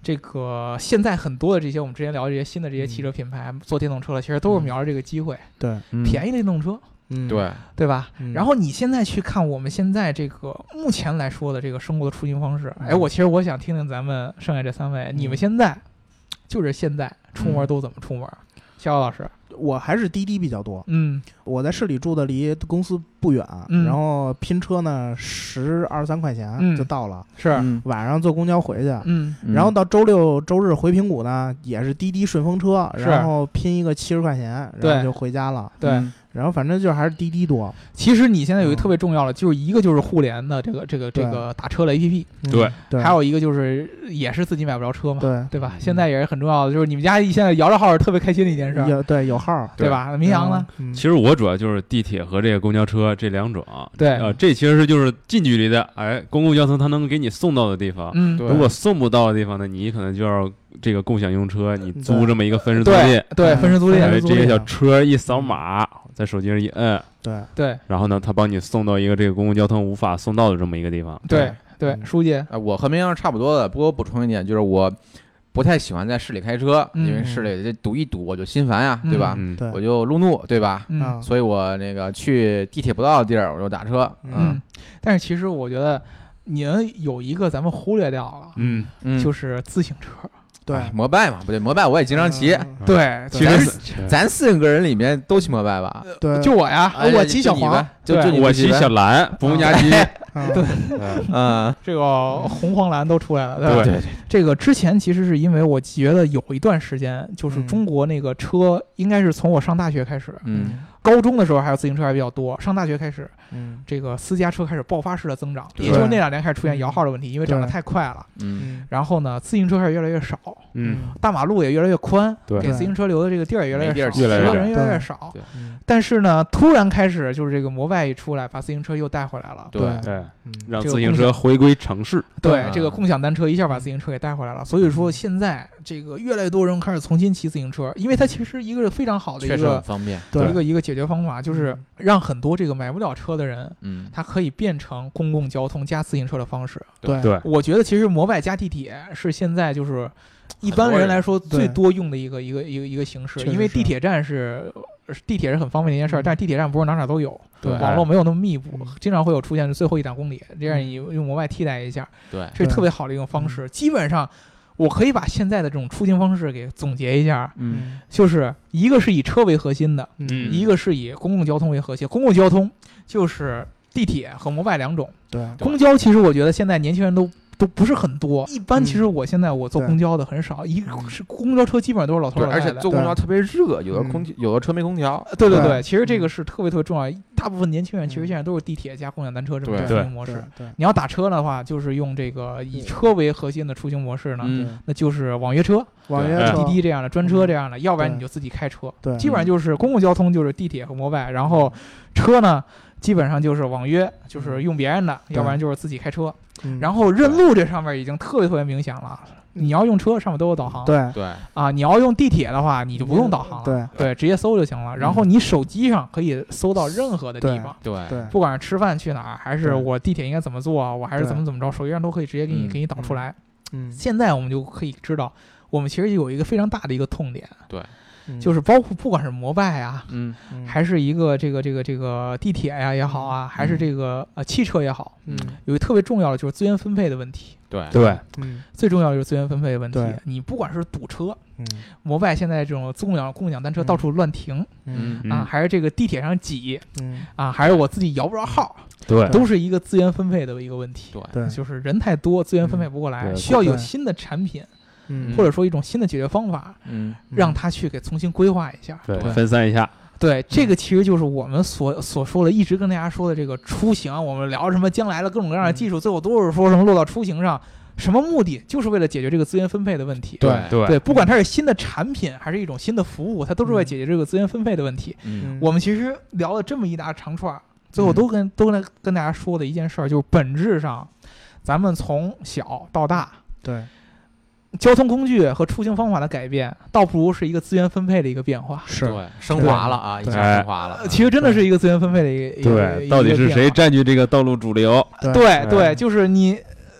A: 这个现在很多的这些我们之前聊的这些新的这些汽车品牌做电动车了，其实都是瞄着这个机会，
B: 对，
A: 便
C: 宜，
A: 宜的电动车，
B: 嗯，
D: 对，
A: 对吧？
B: 嗯
A: 然后你现在去看我们现在这个目前来说的这个生活的出行方式，哎，
B: 嗯
A: 我其实我想听听咱们剩下这三位，你们现在就是现在出门都怎么出门？逍遥老师，
B: 我还是滴滴比较多，
A: 嗯
B: 我在市里住的离公司不远，
A: 嗯
B: 然后拼车呢十二三块
A: 嗯
B: 钱就到了，
A: 是，
D: 嗯
B: 晚上坐公交回去，
A: 嗯
B: 然后到周六周日回平谷呢，也是滴滴顺风车，
A: 是
B: 然后拼一个七十块钱，然
A: 对
B: 后就回家了。
A: 对。
D: 嗯
B: 然后反正就还是滴滴多，
A: 其实你现在有一个
B: 嗯
A: 特别重要的，就是一个就是互联的这个这个这
B: 对
A: 个打车的 APP，
B: 嗯
C: 对
B: 对，
A: 还有一个就是也是自己买不着车嘛，
B: 对
A: 对吧？现在也是很重要的，就是你们家现在摇着号是特别开心的一件事儿，
B: 有对有号，
A: 对吧？那明阳呢？
B: 嗯？
C: 其实我主要就是地铁和这个公交车这两种，
A: 对，
C: 呃，这其实是就是近距离的，哎，公共交通它能给你送到的地方。
A: 嗯，
D: 对
C: 如果送不到的地方呢，你可能就要这个共享用车，你租
B: 对
C: 这么一个分时租
A: 对
C: 赁，
A: 对，
B: 嗯
A: 分时租
B: 对
A: 赁
B: 分时，
C: 哎，这些小车一扫码，在手机上一摁，
B: 对
A: 对
C: 然后呢，他帮你送到一个这个公共交通无法送到的这么一个地方。
A: 对对，
B: 嗯
A: 书记，
D: 啊，我和明阳是差不多的，不过我补充一点，就是我不太喜欢在市里开车，
A: 嗯
D: 因为市里这堵一堵我就心烦呀，对吧？
C: 嗯，
B: 对，
D: 我就路怒，对吧？
A: 嗯
B: 啊
D: 所以我那个去地铁不到的地儿，我就打车。
A: 嗯，但是其实我觉得您有一个咱们忽略掉了，
C: 嗯，
D: 嗯，
A: 就是自行车。
B: 对
D: 哎摩拜嘛，不对，摩拜我也经常骑。
B: 嗯
A: 对，
B: 对呃
A: 其
D: 咱
A: 实
D: 四咱四个人里面都骑摩拜吧？
B: 对，
A: 就我呀，
D: 哎
B: 我
D: 就
B: 骑小
D: 就你
B: 黄
D: 呗就就
A: 对
D: 你
C: 我
D: 不骑
C: 骑
D: 呗
C: 小蓝，不用加机。
B: 嗯
A: 对
D: 嗯，
A: 这个红黄蓝都出来了，吧？
C: 对
D: 对，
A: 这个之前其实是因为我觉得有一段时间，就是
B: 嗯
A: 中国那个车，应该是从我上大学开始，
D: 嗯，
A: 高中的时候还有自行车还比较多，上大学开始，
B: 嗯
A: 这个私家车开始爆发式的增长，
D: 对
A: 也就是那两年开始出现
B: 嗯
A: 摇号的问题，因为涨得
B: 对
A: 太快了。
D: 嗯，
B: 嗯
A: 然后呢，自行车还是越来越少，
C: 嗯，
A: 大马路也越来越宽，
C: 对
A: 给自行车留的这个地儿也越来
D: 没地
A: 越
D: 儿
A: 少，
D: 骑
C: 了
A: 骑的人越来越
B: 对
A: 少。
D: 对
B: 嗯
A: 但是呢，突然开始就是这个摩拜一出来，把自行车又带回来了。
D: 对，
B: 对
C: 对，
B: 嗯
C: 让自行车回归城市。
A: 对，
D: 嗯
A: 这个共享单车一下把自行车给带回来了。所以说，现在这个越来越多人开始重新骑自行车，因为它其实一个非常好的
D: 确
A: 一
D: 实很嗯
A: 个
D: 方便。
A: 一
B: 对
A: 个一个解决方法，就是让很多这个买不了车的人。
D: 嗯，
A: 他可以变成公共交通加自行车的方式。
D: 哎
B: 对
C: 对
A: 我觉得其实摩拜加地铁是现在就是一般人来说最多用的一个一个一个一个形式，
B: 确实
A: 因为
B: 是
A: 地铁站是呃地铁是很方便的一件事儿，
B: 嗯
A: 但是地铁站不是哪哪都有，
B: 对
A: 网络没有那么密布
B: 嗯，
A: 经常会有出现最后一两公里，这样你用摩拜替代一下，
D: 对，
A: 这是
B: 对嗯
A: 特别好的一种方式。基本上，我可以把现在的这种出行方式给总结一下，
D: 嗯，
A: 就是一个是以车为核心的，
B: 嗯
A: 一个是以公共交通为核心，公共交通就是地铁和摩拜两种。
B: 对
A: 公交其实我觉得现在年轻人都都不是很多。一般其实我现在我坐
B: 对
A: 公交的很少，一是公交车基本上都是老头
D: 对，
A: 老
D: 而
A: 太
D: 且
A: 太。
D: 坐公交特别热，有
B: 嗯
D: 的空气，有的车没空调。
A: 对对
B: 对
A: 对，其实这个是特别特别重要。大部分年轻人其实
B: 嗯
A: 现在都是地铁加共享单车这么
D: 对
A: 出行
C: 对
A: 模
B: 对
A: 式。
B: 对
A: 你要打车的话，就是用这个以车为核心的出行模式呢，
D: 嗯
B: 对，
A: 那就是网约车、
B: 网约
C: 对
B: 车
A: 滴滴这样的、专车这样的，要不然
B: 对
A: 你就自己开车。
B: 对
A: 基本上就是公共交通就是地铁和摩拜，然后车呢基本上就是网约，就是用别人的，
B: 对
A: 要不然就是自己开车。
B: 嗯
A: 然后认路这上面已经特别特别明显了，你要用车上面都有导航，
B: 对嗯
D: 对，
A: 啊，你要用地铁的话你就不用导航了，
B: 对嗯
A: 直接搜就行了。然后你手机上可以搜到任何的地方。
D: 对
B: 对
A: 不管是吃饭去哪儿，还是
B: 对
A: 我地铁应该怎么坐，啊我还是
B: 对
A: 怎么怎么着，手机上都可以直接给你
D: 嗯
A: 给你导出来。
B: 嗯
A: 现在我们就可以知道，我们其实有一个非常大的一个痛点，
B: 嗯
A: 就是包括不管是摩拜啊，
D: 嗯
B: 嗯
A: 还是一个这个这个这个地铁呀、也好啊，还是这个呃汽车也好，
B: 嗯
A: 有一个特别重要的就是资源分配的问题。
D: 对
C: 对，
B: 嗯
A: 最重要的就是资源分配的问题
B: 对。
A: 你不管是堵车，
B: 嗯
A: 摩拜现在这种共享共享单车
B: 嗯
A: 到处乱停、
B: 嗯
A: 啊，
C: 嗯，
A: 还是这个地铁上挤
B: 嗯
A: 啊，还是我自己摇不着号，
C: 嗯对
A: 都是一个资源分配的一个问题。
D: 对
B: 对
A: 就是人太多，资源分配不过来，
C: 嗯对
A: 需要有
B: 对
A: 新的产品
B: 嗯
A: 或者说一种新的解决方法，
D: 嗯
A: 让他去给重新规划一下。
C: 对
D: 对
C: 分散一下，
A: 对，这个其实就是我们所所说的，一直跟大家说的这个出行。啊我们聊什么将来的各种各样的技术，最后都是说什么落到出行上，什么目的，就是为了解决这个资源分配的问题。
D: 对
C: 对
A: 对，不管它是新的产品还是一种新的服务，它都是为了
B: 嗯
A: 解决这个资源分配的问题。
D: 嗯
B: 嗯
A: 我们其实聊了这么一大长串儿，最后都跟都跟跟大家说的一件事儿，就是本质上，咱们从小到大，
B: 对
A: 交通工具和出行方法的改变，倒不如是一个资源分配的一个变化。
B: 是
D: 对，升华了啊，一
B: 对
D: 下升华了。
A: 呃其实真的是一个资源分配的一个一个一个
C: 对，到底是
A: 变
C: 谁
A: 化
C: 占据这个道路主流？
A: 对对，
C: 哎
A: 就是你，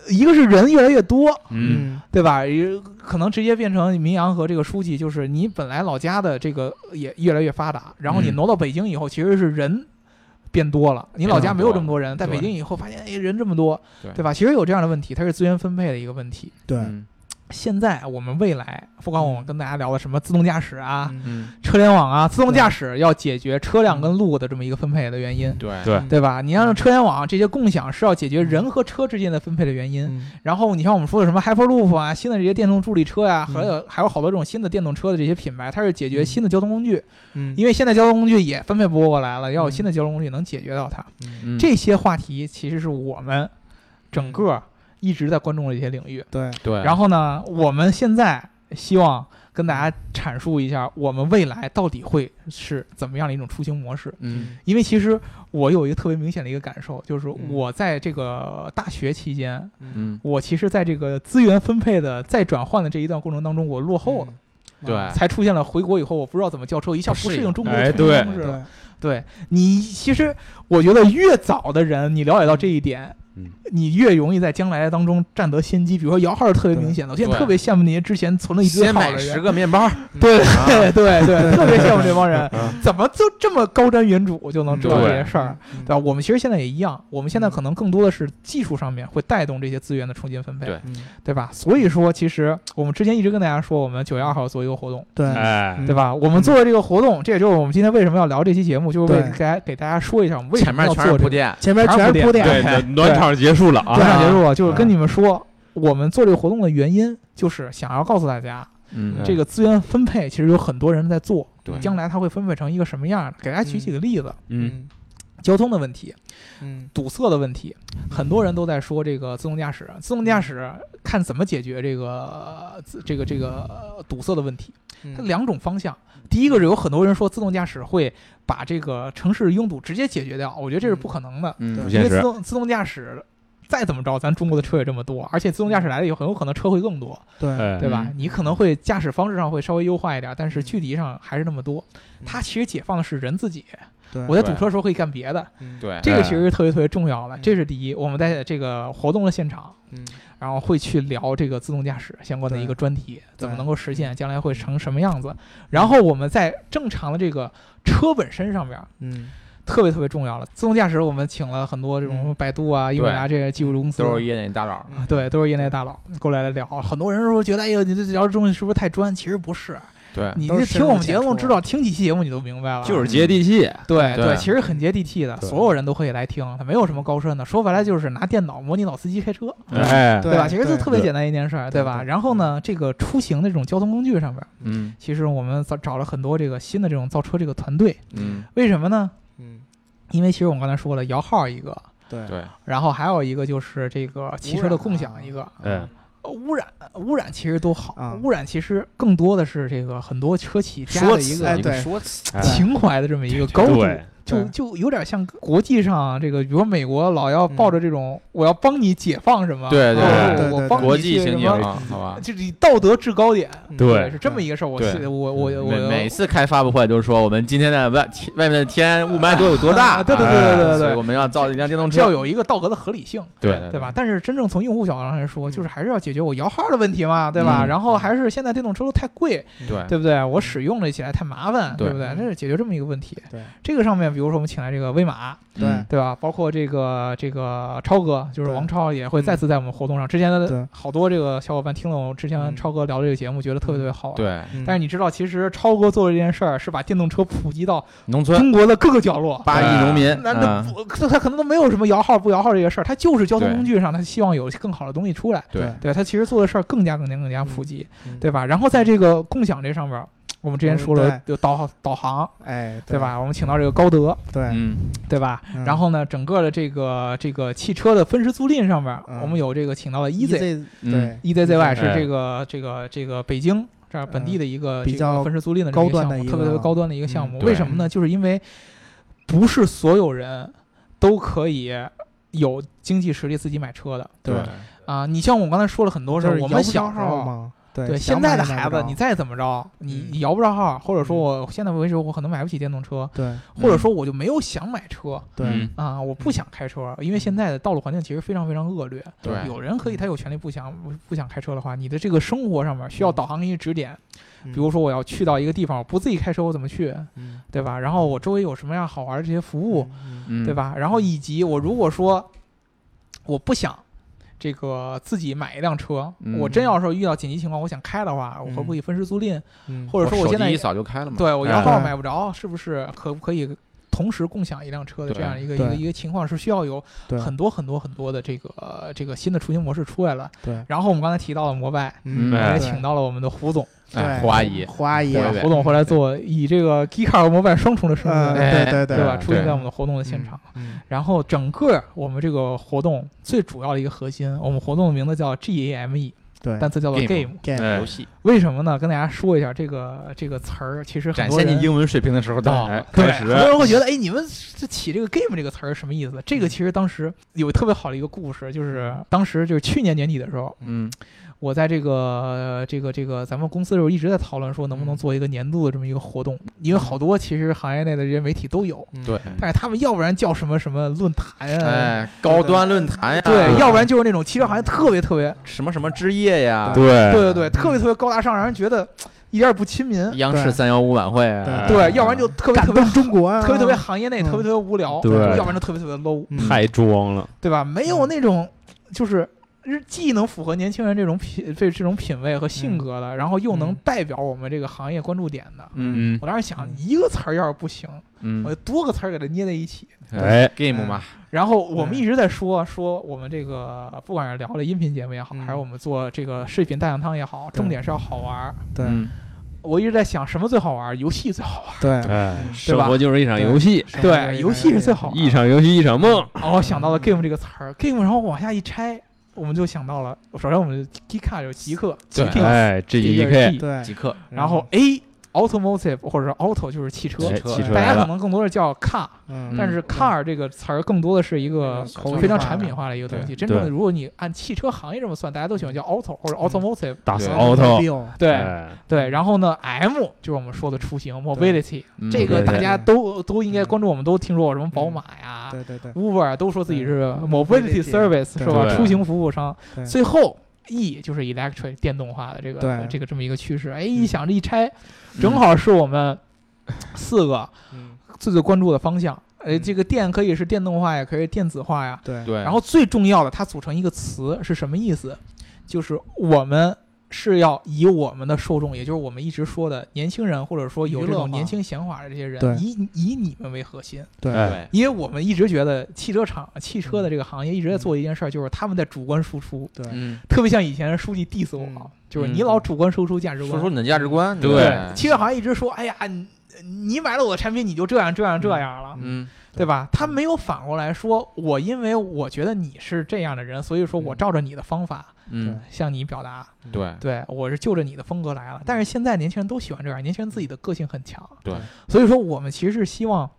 A: 一个是人越来越多，
C: 嗯，
B: 嗯
A: 对吧？也可能直接变成民阳和这个书记，就是你本来老家的这个也越来越发达，然后你
D: 嗯
A: 挪到北京以后，其实是人。变多了，你老家没有这么多人，在
D: 对
A: 北京以后发现哎人这么多，
D: 对
A: 对吧？其实有这样的问题，它是资源分配的一个问题。
B: 对
D: 嗯
A: 现在我们未来，不管我们跟大家聊的什么自动驾驶啊、
B: 嗯
D: 嗯，
A: 车联网啊，自动驾驶要解决车辆跟路的这么一个分配的原因，
D: 对
C: 对
A: 对吧？你像车联网这些共享是要解决人和车之间的分配的原因。
B: 嗯
A: 然后你像我们说的什么 Hyperloop 啊，新的这些电动助力车呀、
B: 嗯
A: 还有还有好多这种新的电动车的这些品牌，它是解决
B: 嗯
A: 新的交通工具，
B: 嗯
A: 因为现在交通工具也分配不过来了，要有
B: 嗯
A: 新的交通工具能解决到它。
B: 嗯
D: 嗯
A: 这些话题其实是我们整个一直在关注的一些领域。
B: 嗯对
D: 对，
A: 然后呢，我们现在希望跟大家阐述一下，我们未来到底会是怎么样的一种出行模式。
D: 嗯
A: 因为其实我有一个特别明显的一个感受，就是
B: 嗯
A: 我在这个大学期间，
D: 嗯
A: 我其实在这个资源分配的再转换的这一段过程当中，我落后了，
D: 对
B: 嗯
A: 才出现了回国以后我不知道怎么叫车，一下不适应中国
C: 哎
A: 的出行
C: 对
A: 方式了。
B: 对
A: 对你，其实我觉得越早的人，你了解到这一点。
C: 嗯
A: 你越容易在将来当中占得先机，比如说摇号是特别明显的，我现在
D: 对
A: 特别羡慕那些之前存了一堆
D: 先
A: 号的
D: 买
A: 人，嗯啊
D: 十个面包，
A: 对 对对对，特别羡慕这帮人
C: 嗯，
A: 怎么就这么高瞻远瞩就能知道这些事儿？
B: 嗯
A: 对吧？我们其实现在也一样，我们现在可能更多的是技术上面会带动这些资源的重新分配，
D: 对
B: 嗯
A: 对吧？所以说，其实我们之前一直跟大家说，我们九月二号做一个活动，
B: 对
C: 哎
B: 嗯，
A: 对吧？我们做的这个活动，这也就是我们今天为什么要聊这期节目，就是为
B: 对
A: 给大家给大家说一下我们为什
D: 前
A: 么
D: 面
A: 要
D: 全是
A: 做这
D: 铺
A: 个。
D: 垫。
B: 前面
A: 全是
B: 全是
A: 铺
B: 铺
A: 垫
B: 垫
C: 对，
D: 哎
C: 暖暖场结束了
A: 马
C: 啊，
A: 上结束了，就是
C: 啊
A: 跟你们说，我们做这个活动的原因，就是想要告诉大家，
D: 嗯，
A: 这个资源分配其实有很多人在做，
D: 对
A: 将来它会分配成一个什么样的？给大家举几个例子：
C: 嗯，
A: 交通的问题、
B: 嗯
A: 堵塞的问题，很多人都在说这个自动驾驶，自动
C: 嗯
A: 驾驶看怎么解决这个呃自这个这个呃堵塞的问题。
B: 嗯
C: 嗯
A: 它两种方向，第一个是有很多人说自动驾驶会把这个城市拥堵直接解决掉，我觉得这是不可能的，
D: 嗯
C: 不
A: 因
C: 现
A: 为自
C: 实，
A: 动自动驾驶。再怎么着，咱中国的车也这么多，而且自动驾驶来了以后，很有可能车会更多，
B: 对
C: 嗯哎嗯
A: 对吧
D: 嗯？
A: 你可能会驾驶方式上会稍微优化一点，但是距离上还是那么多。它其实解放的是人自己，
C: 嗯
B: 对
A: 我在
D: 对
A: 堵车的时候可以干别的，
B: 嗯
D: 对
A: 这个
C: 哎
A: 其实是特别特别重要的，
B: 嗯
A: 这是第一。我们在这个活动的现场，
B: 嗯
A: 然后会去聊这个自动驾驶相关的一个专题，怎么能够实
B: 嗯
A: 现，将来会成什么样子。然后我们在正常的这个车本身上面，
B: 嗯
A: 特别特别重要了。自动驾驶我们请了很多这种
B: 嗯
A: 百度啊、英伟达这些技术公司。
D: 都是业内大佬。
A: 嗯对，都是业内大佬过来聊。很多人说觉得，哎呦，你这聊这东西是不是太专？其实不是，
D: 对，
A: 你
B: 都
A: 这
B: 是深
A: 听
B: 入
A: 我们
B: 浅
A: 节目
B: 出
A: 知道，听几期节目你都明白了，
C: 就是接地气，
A: 对
D: 对
A: 其实很接地气的，
C: 对
A: 所有人都可以来听，它没有什么高深的。说白了就是拿电脑模拟老司机开车，
B: 嗯
C: 哎，
B: 对
A: 吧？其实
B: 对
A: 这特别
C: 对
A: 简单一件事儿，
B: 对
A: 吧？
B: 对
A: 然后呢，这个出行的这种交通工具上面，
D: 嗯
A: 其实我们找找了很多这个新的这种造车这个团队，
D: 嗯，
A: 为什么呢？
B: 嗯，
A: 因为其实我们刚才说了，摇号一个，
B: 对
D: 对，
A: 然后还有一个就是这个汽车的共享一个。
C: 哎，
A: 呃污染污染其实都好，
B: 啊
A: 污染其实更多的是这个很多车企加
D: 说
A: 的一
D: 辞
A: 个
B: 哎
D: 一个
B: 对
D: 说辞，
C: 哎
A: 情怀的这么一个高度，
C: 对，
A: 就
B: 对
A: 就有点像国际上这个，比如美国老要抱着这种、我要帮你解放什么，
D: 对对
A: 我
B: 对
A: 我
B: 对
A: 帮你
D: 国际
A: 去
D: 刑
A: 什
D: 警
A: 么，
D: 啊，好吧。
A: 就是以道德制高点，
B: 嗯
C: 对
A: 是这么一个事儿。我
D: 对
A: 是我我我
D: 每
A: 我
D: 每次开发布会都说，我们今天的外天外面的天雾霾多有多大？
A: 啊 对对
C: 对对对
A: 对对
D: 所以我们要造一辆电动
A: 要
D: 车，
A: 有一个道德的合理性，
D: 对
A: 对吧？？但是真正从用户角度上来说，就是还是要解决我摇号的问题嘛，对吧？
D: 嗯
A: 然后还是现在电动车都太贵，
D: 对
A: 对不对？我使用了起来太麻烦，
D: 对
A: 不对？
B: 嗯
A: 这是解决这么一个问题。
B: 对
A: 这个上面，比如说我们请来这个威马，
B: 对
A: 对吧？包括这个这个超哥，就是
B: 对
A: 王超也会
B: 嗯
A: 再次在我们活动上。之前
B: 对
A: 的好多这个小伙伴听了我之前
B: 嗯
A: 超哥聊这个节目，觉得特别特别好玩。。啊
D: 对，
B: 嗯
A: 但是你知道，其实超哥做的这件事儿是把电动车普及到
D: 农村
A: 中国的各个角落。
D: 八亿农民，
A: 那那
D: 啊
A: 不，他他可能都没有什么摇号不摇号这个事儿，他就是交通
D: 对
A: 工具上，他希望有更好的东西出来。
D: 对
A: 对他其实做的事儿更加更加更加普及，
B: 嗯
A: 对吧？然后在这个共享这上面儿，我们之前
B: 嗯
A: 说了
B: 对
A: 有导导航，
B: 哎
A: 对？吧？我们请到这个高德，
B: 对，
D: 嗯，
A: 对吧？
B: 嗯
A: 然后呢，整个的这个这个汽车的分时租赁上面儿，
B: 嗯 E
A: 我们有这个请到了 E EZ
B: EZ
D: 嗯
B: 对
A: EZZY 是
C: 哎
A: 这个这个这个北京这儿本地的一个
B: 嗯比
A: 这个
B: 较
A: 分时租赁的这么一
B: 高
A: 个
B: 端
A: 项
B: 的
A: 目，
B: 一
A: 特别特别
B: 个
A: 高端的一个项目。
D: 嗯
A: 为什么呢？就是因为不是所有人都可以有经济实力自己买车的
D: 对
B: 对，
A: 啊。你像我刚才说了很多事
B: 就
A: 儿，
B: 是
A: 我
B: 摇
A: 们
B: 不
A: 小
B: 着
A: 时
B: 号
A: 候。
B: 嘛，对
A: 对
B: 想
A: 现在
B: 买
A: 的
B: 也买
A: 孩
B: 不
A: 子，
B: 着
A: 你再怎么着，你
B: 嗯
A: 你摇不着号，或者说
B: 嗯
A: 我现在为止我可能买不起电动车，
B: 对
A: 或者说我就没有想买车，
B: 对
D: 嗯
A: 啊，我不想开车，因为现在的道路环境其实非常非常恶劣。
D: 对
A: 有人
D: 嗯
A: 可以他有权利不想不想开车的话，你的这个生活上面需要导航给你指点。
B: 嗯
A: 比如说我要去到一个地方，我不自己开车我怎么去，
B: 嗯
A: 对吧？然后我周围有什么样好玩的这些服务，
B: 嗯
D: 嗯
A: 对？吧？然后以及我如果说我不想。这个自己买一辆车，
D: 嗯
A: 我真要是遇到紧急情况，我想开的话，我会不会分时租赁，
B: 嗯
A: 或者说
D: 我
A: 现
D: 手
A: 在
D: 机一扫就开了嘛，
A: 对我摇
D: 哎
A: 号
B: 对
A: 买不着，是不是可不可以同时共享一辆车的这
D: 对
A: 样一个一
B: 对
A: 个一个情况是需要有
B: 对
A: 很多很多很多的这个、呃这个新的出行模式出来了。
B: 对
A: 然后我们刚才提到了摩拜，
D: 嗯
A: 我们也
B: 对
A: 请到了我们的胡总，
D: 哎，
B: 对
D: 胡阿姨，
B: 花阿姨
D: 对
A: 吧
D: 对
A: 胡总回来做以这个 g e c a r 和摩拜双重的身份。
B: 嗯
D: 哎
B: 对对
A: 对吧？
C: 对
A: 出现在我们的活动的现场，
B: 嗯
A: 然后整个我们这个活动最主要的一个核心，我们活动的名字叫 GAME，
B: 对
A: E，单词叫做
D: Game
A: game。
B: game
C: 哎
D: 游戏
A: 为什么呢？跟大家说一下这个这个词儿，其实很
D: 展
A: 多
D: 现
A: 人
D: 你英文水平的时候到
C: 哎
D: 了，
A: 哦对，
C: 开
A: 很
C: 始
A: 多人会觉得，哎，你们这起这个 game 这个词儿是什么意思？这个其实当时有特别好的一个故事，就是当时就是去年年底的时候，
D: 嗯
A: 我在这个、呃这个这个咱们公司的时候一直在讨论说能不能做一个年度的这么一个活动，因为好多其实行业内的这些媒体都有，
B: 嗯
D: 对，
A: 但是他们要不然叫什么什么论坛啊，
D: 哎，嗯高端论坛呀，
A: 对，要不然就是那种其实好像特别特别，
D: 什么什么之夜呀，
C: 对
A: 对对对，特别特别高大上，让人觉得一点儿不亲民。
D: 央视三幺五晚会啊，
B: 对
A: 对，要不然就特别
B: 感
A: 特别
B: 动中国啊，
A: 特别特别行业内
B: 嗯
A: 特别特别无聊，
C: 对
A: 要不然就特别特别 low。
B: 嗯
C: 太装了，
A: 对吧？没有
B: 嗯
A: 那种就是日既能符合年轻人这种品这这种品味和性格的，然后又能
B: 嗯
A: 代表我们这个行业关注点的。
D: 嗯
A: 我当时想
B: 嗯，
A: 一个词儿要是不行，我
D: 嗯
A: 就多个词儿给它捏在一起。
C: 哎，
D: ，game 嘛，
A: 然后我们
B: 嗯
A: 一直在说说我们这个，不管是聊了音频节目也好，
B: 嗯
A: 还是我们做这个视频大讲堂也好，
B: 对
A: 重点是要好玩儿。
B: 对
D: 嗯
A: 我一直在想什么最好玩儿？游戏最好玩儿。
B: 对
C: 哎，
A: 对
C: 生
A: 吧
C: 活就是一场游戏，
B: 生活就是
A: 对，
B: 一
A: 游
B: 场
A: 戏是最好玩儿
C: 一场游戏一场梦，
A: 然后哦想到了 game 这个词儿，game，然后往下一拆，我们就想到了，首先我们 Gika 就是极客，极
D: 对
A: 客，
C: 哎，G E K，
B: 对
D: 极，客，
A: 然后
D: 嗯
A: A automotive 或者是 auto 就是汽车，
C: 哎
D: 车
C: 汽车
A: 大
C: 来
A: 家可
C: 了，
A: 能更多的叫 car，、
B: 嗯
A: 但是 car 这个词儿更多的是一个
D: 非常嗯口语化
A: 非常产品化的一个东西。真正的，如果你按汽车行业这么算，大家都喜欢叫 auto 或者 automotive、
C: 打死
D: 嗯对
C: auto，
A: 对、
C: 哎
A: 对，然后呢，M 就是我们说的出行 mobility，
D: 嗯
A: 这个
C: 对
A: 大
B: 对
A: 家都都应该
B: 嗯
A: 关注，我们都听说过什么宝马呀、
B: 对对对
A: Uber 啊都说自己是
B: 对
A: mobility service 是吧？
C: 对
A: 出行服务商。
B: 对
A: 最后 E 就是 electric 电动化的这个
B: 对嗯
A: 这个这么一个趋势。哎，一想这一拆，正好是我们四个
B: 嗯
A: 最最关注的方向。哎，
B: 嗯
A: 这个电可以是电动化呀，可以是电子化呀。
B: 对
D: 对，
A: 然后最重要的，它组成一个词是什么意思？就是我们是要以我们的受众，也就是我们一直说的年轻人，或者说有这
B: 娱乐
A: 种
B: 化
A: 年轻想法的这些
B: 对
A: 人，以以你们为核心，
B: 对
C: 哎，
D: 对
A: 因为我们一直觉得汽车厂、汽车的这个行业一直在做一件事儿，就是他们在主观输出，
B: 对
D: 嗯，
A: 特别像以前书记 diss 我
B: 嗯，
A: 就是
D: 嗯
A: 你老主观输出价值
D: 说
A: 观
D: 出，你的价值观，
C: 对
A: 汽车行业一直说，哎呀，你你买了我的产品，你就这样这样这样了，
D: 嗯
A: 对吧？他没有反过来说，我因为我觉得你是这样的人，所以说我照着你的方法
D: 嗯，
A: 向你表达，
D: 对
A: 对我是就着你的风格来了。但是现在年轻人都喜欢这样，年轻人自己的个性很强，
D: 对，
A: 所以说我们其实是希望。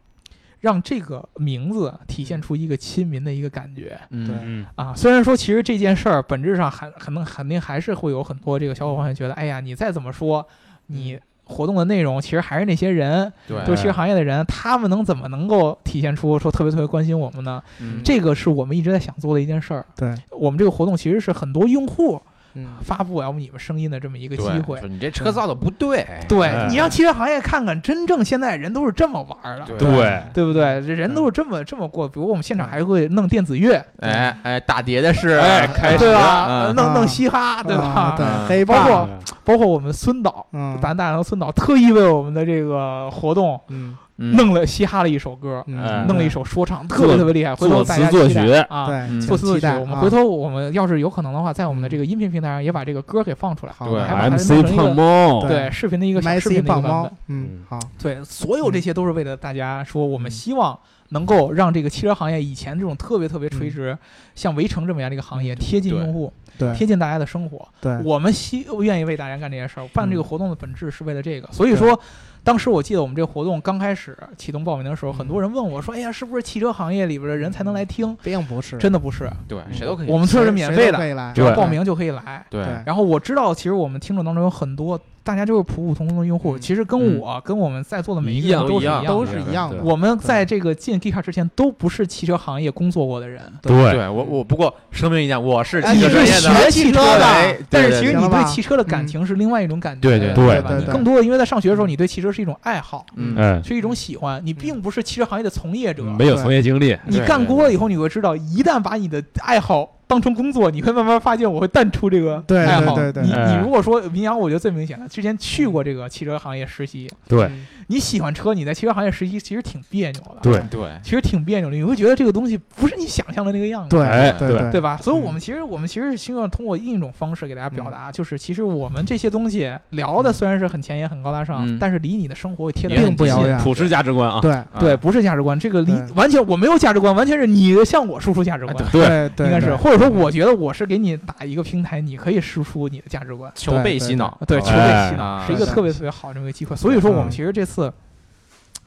A: 让这个名字体现出一个亲民的一个感觉
D: 嗯
C: 嗯，
A: 啊！虽然说其实这件事儿本质上还可能肯定还是会有很多这个小伙伴会觉得，哎呀，你再怎么说，你活动的内容其实还是那些人，
D: 嗯对，
A: 都是汽车行业的人，他们能怎么能够体现出说特别特别关心我们呢？
D: 嗯
A: 这个是我们一直在想做的一件事儿。
B: 对，
A: 我们这个活动其实是很多用户
B: 嗯，
A: 发布 L 你们声音的这么一个
D: 对
A: 机会
D: 说。你这车造的不对，
A: 对
C: 哎
A: 你让汽车行业看看，真正现在人都是这么玩儿的，
C: 对，
A: 对不对？这人都是这么这么过。比如我们现场还会弄电子乐，
D: 哎哎，打碟的啊是
C: 哎开始
A: 对吧？
D: 嗯
A: 弄
B: 啊
A: 弄嘻哈，对
B: 啊
A: 吧？
B: 对，黑
A: 包
B: 豹，
A: 括包括我们孙导，
B: 嗯
A: 咱大洋孙导特意为我们的这个活动
B: 嗯
D: 嗯
A: 弄了嘻哈了一首歌，
C: 哎
B: 嗯，
A: 弄了一首说唱，特别特别厉害。回头
C: 作
A: 大
C: 词
A: 家
C: 作
A: 期待
C: 曲
A: 啊，
B: 对，
D: 嗯
B: 请
A: 作词作
B: 期
A: 曲。
B: 待
A: 我们
B: 啊
A: 回头我们要是有可能的话，在我们的这个音频平台上也把这个歌给放出来，
B: 好
D: 对
A: 还把它弄成一
C: MC 哎胖
A: 个
C: 猫，
B: 对
A: 对视频的一个小视
B: MC
A: 频的一
B: 胖
A: 个版
B: 猫
A: 本。，
B: 嗯，好，
A: 对，所有这些都是为了大家说，我们
B: 嗯
A: 希望能够让这个汽车行业以前这种特别特别垂直，像围城这么样的一个行业，
B: 嗯
A: 贴近
D: 对
A: 用户，
B: 对
A: 贴近大家的生活。
B: 对，
A: 我们希愿意为大家干这些事儿，办这个
B: 嗯
A: 活动的本质是为了这个。所以说，当时我记得我们这个活动刚开始启动报名的时候，很
B: 嗯
A: 多人问我说：“哎呀，是不是汽车行业里边的人才能来听
B: 并不是，
A: 真的不是，
D: 对，谁都可以，
A: 我们
B: 谁
A: 这是免费
B: 嗯谁都可
A: 的，
B: 以来，
A: 只要
C: 对
A: 报名就可以来。
D: 对
B: 对
A: 然后我知道，其实我们听众当中有很多大家就是普普通通的用户，
B: 嗯
A: 其实跟我、跟我们在座的每个
C: 一样
A: 人都是
C: 一样
A: 的
B: 都是一样的，
A: 我们在这个进 g e e k 之前都不是汽车行业工作过的人，
C: 对，
D: 对我我不过声明一下，我是
B: 哎
D: 汽
B: 你
D: 车
B: 是
D: 专
B: 学
D: 业的，
B: 汽车
D: 对
B: 的
D: 哎对
A: 但是
D: 对
A: 其实
D: 对
A: 你
B: 行了
A: 对
B: 吧
A: 汽车的感情是另外一种感觉，
C: 对对
A: 对
C: 对
A: 吧
B: 对
A: 你
B: 对
A: 更多的因为在上学的时候，你对汽车是一种爱好，
D: 嗯
C: 哎，
A: 是一种喜欢，你并不是汽车行业的从业者。
C: 没有从业经历，
A: 你
D: 对
A: 干
D: 对
A: 锅了以后，你会知道，一旦把你的爱好当成工作，你会慢慢发现我会淡出这个
B: 对对
A: 爱好。
B: 对对
A: 你
C: 哎
A: 你如果说民阳，我觉得最明显的，之前去过这个汽车行业实习，
C: 对
B: 嗯
A: 你喜欢车，你在汽车行业实习其实挺别扭的，
C: 对，
D: 对
A: 其实挺别扭的，你会觉得这个东西不是你想象的那个样子，
B: 对，嗯
C: 哎
B: 对
C: 对
A: 对吧？所以，我们其实我们其实是希望通过另一种方式给大家
B: 嗯
A: 表达，就是其实我们这些东西聊的虽然是很前沿、很高大上，
D: 嗯
A: 但是离你的生活会贴得
C: 并
A: 很
B: 不
A: 近
B: 遥远
C: 普世价值观啊，
B: 对
A: 对，，不是价值观，这个离
B: 对哎
A: 完全我没有价值观，完全是你向我输出价值观，
B: 对对，
A: 应该是，
B: 对
A: 或者说我觉得我是给你打一个平台，你可以输出你的价值观，
D: 求被洗脑，
A: 对，
C: 好
A: 求被洗脑
D: 哎
A: 啊是一个
B: 是
A: 特别特别好的这么一个机会。嗯所以说，我们其实这次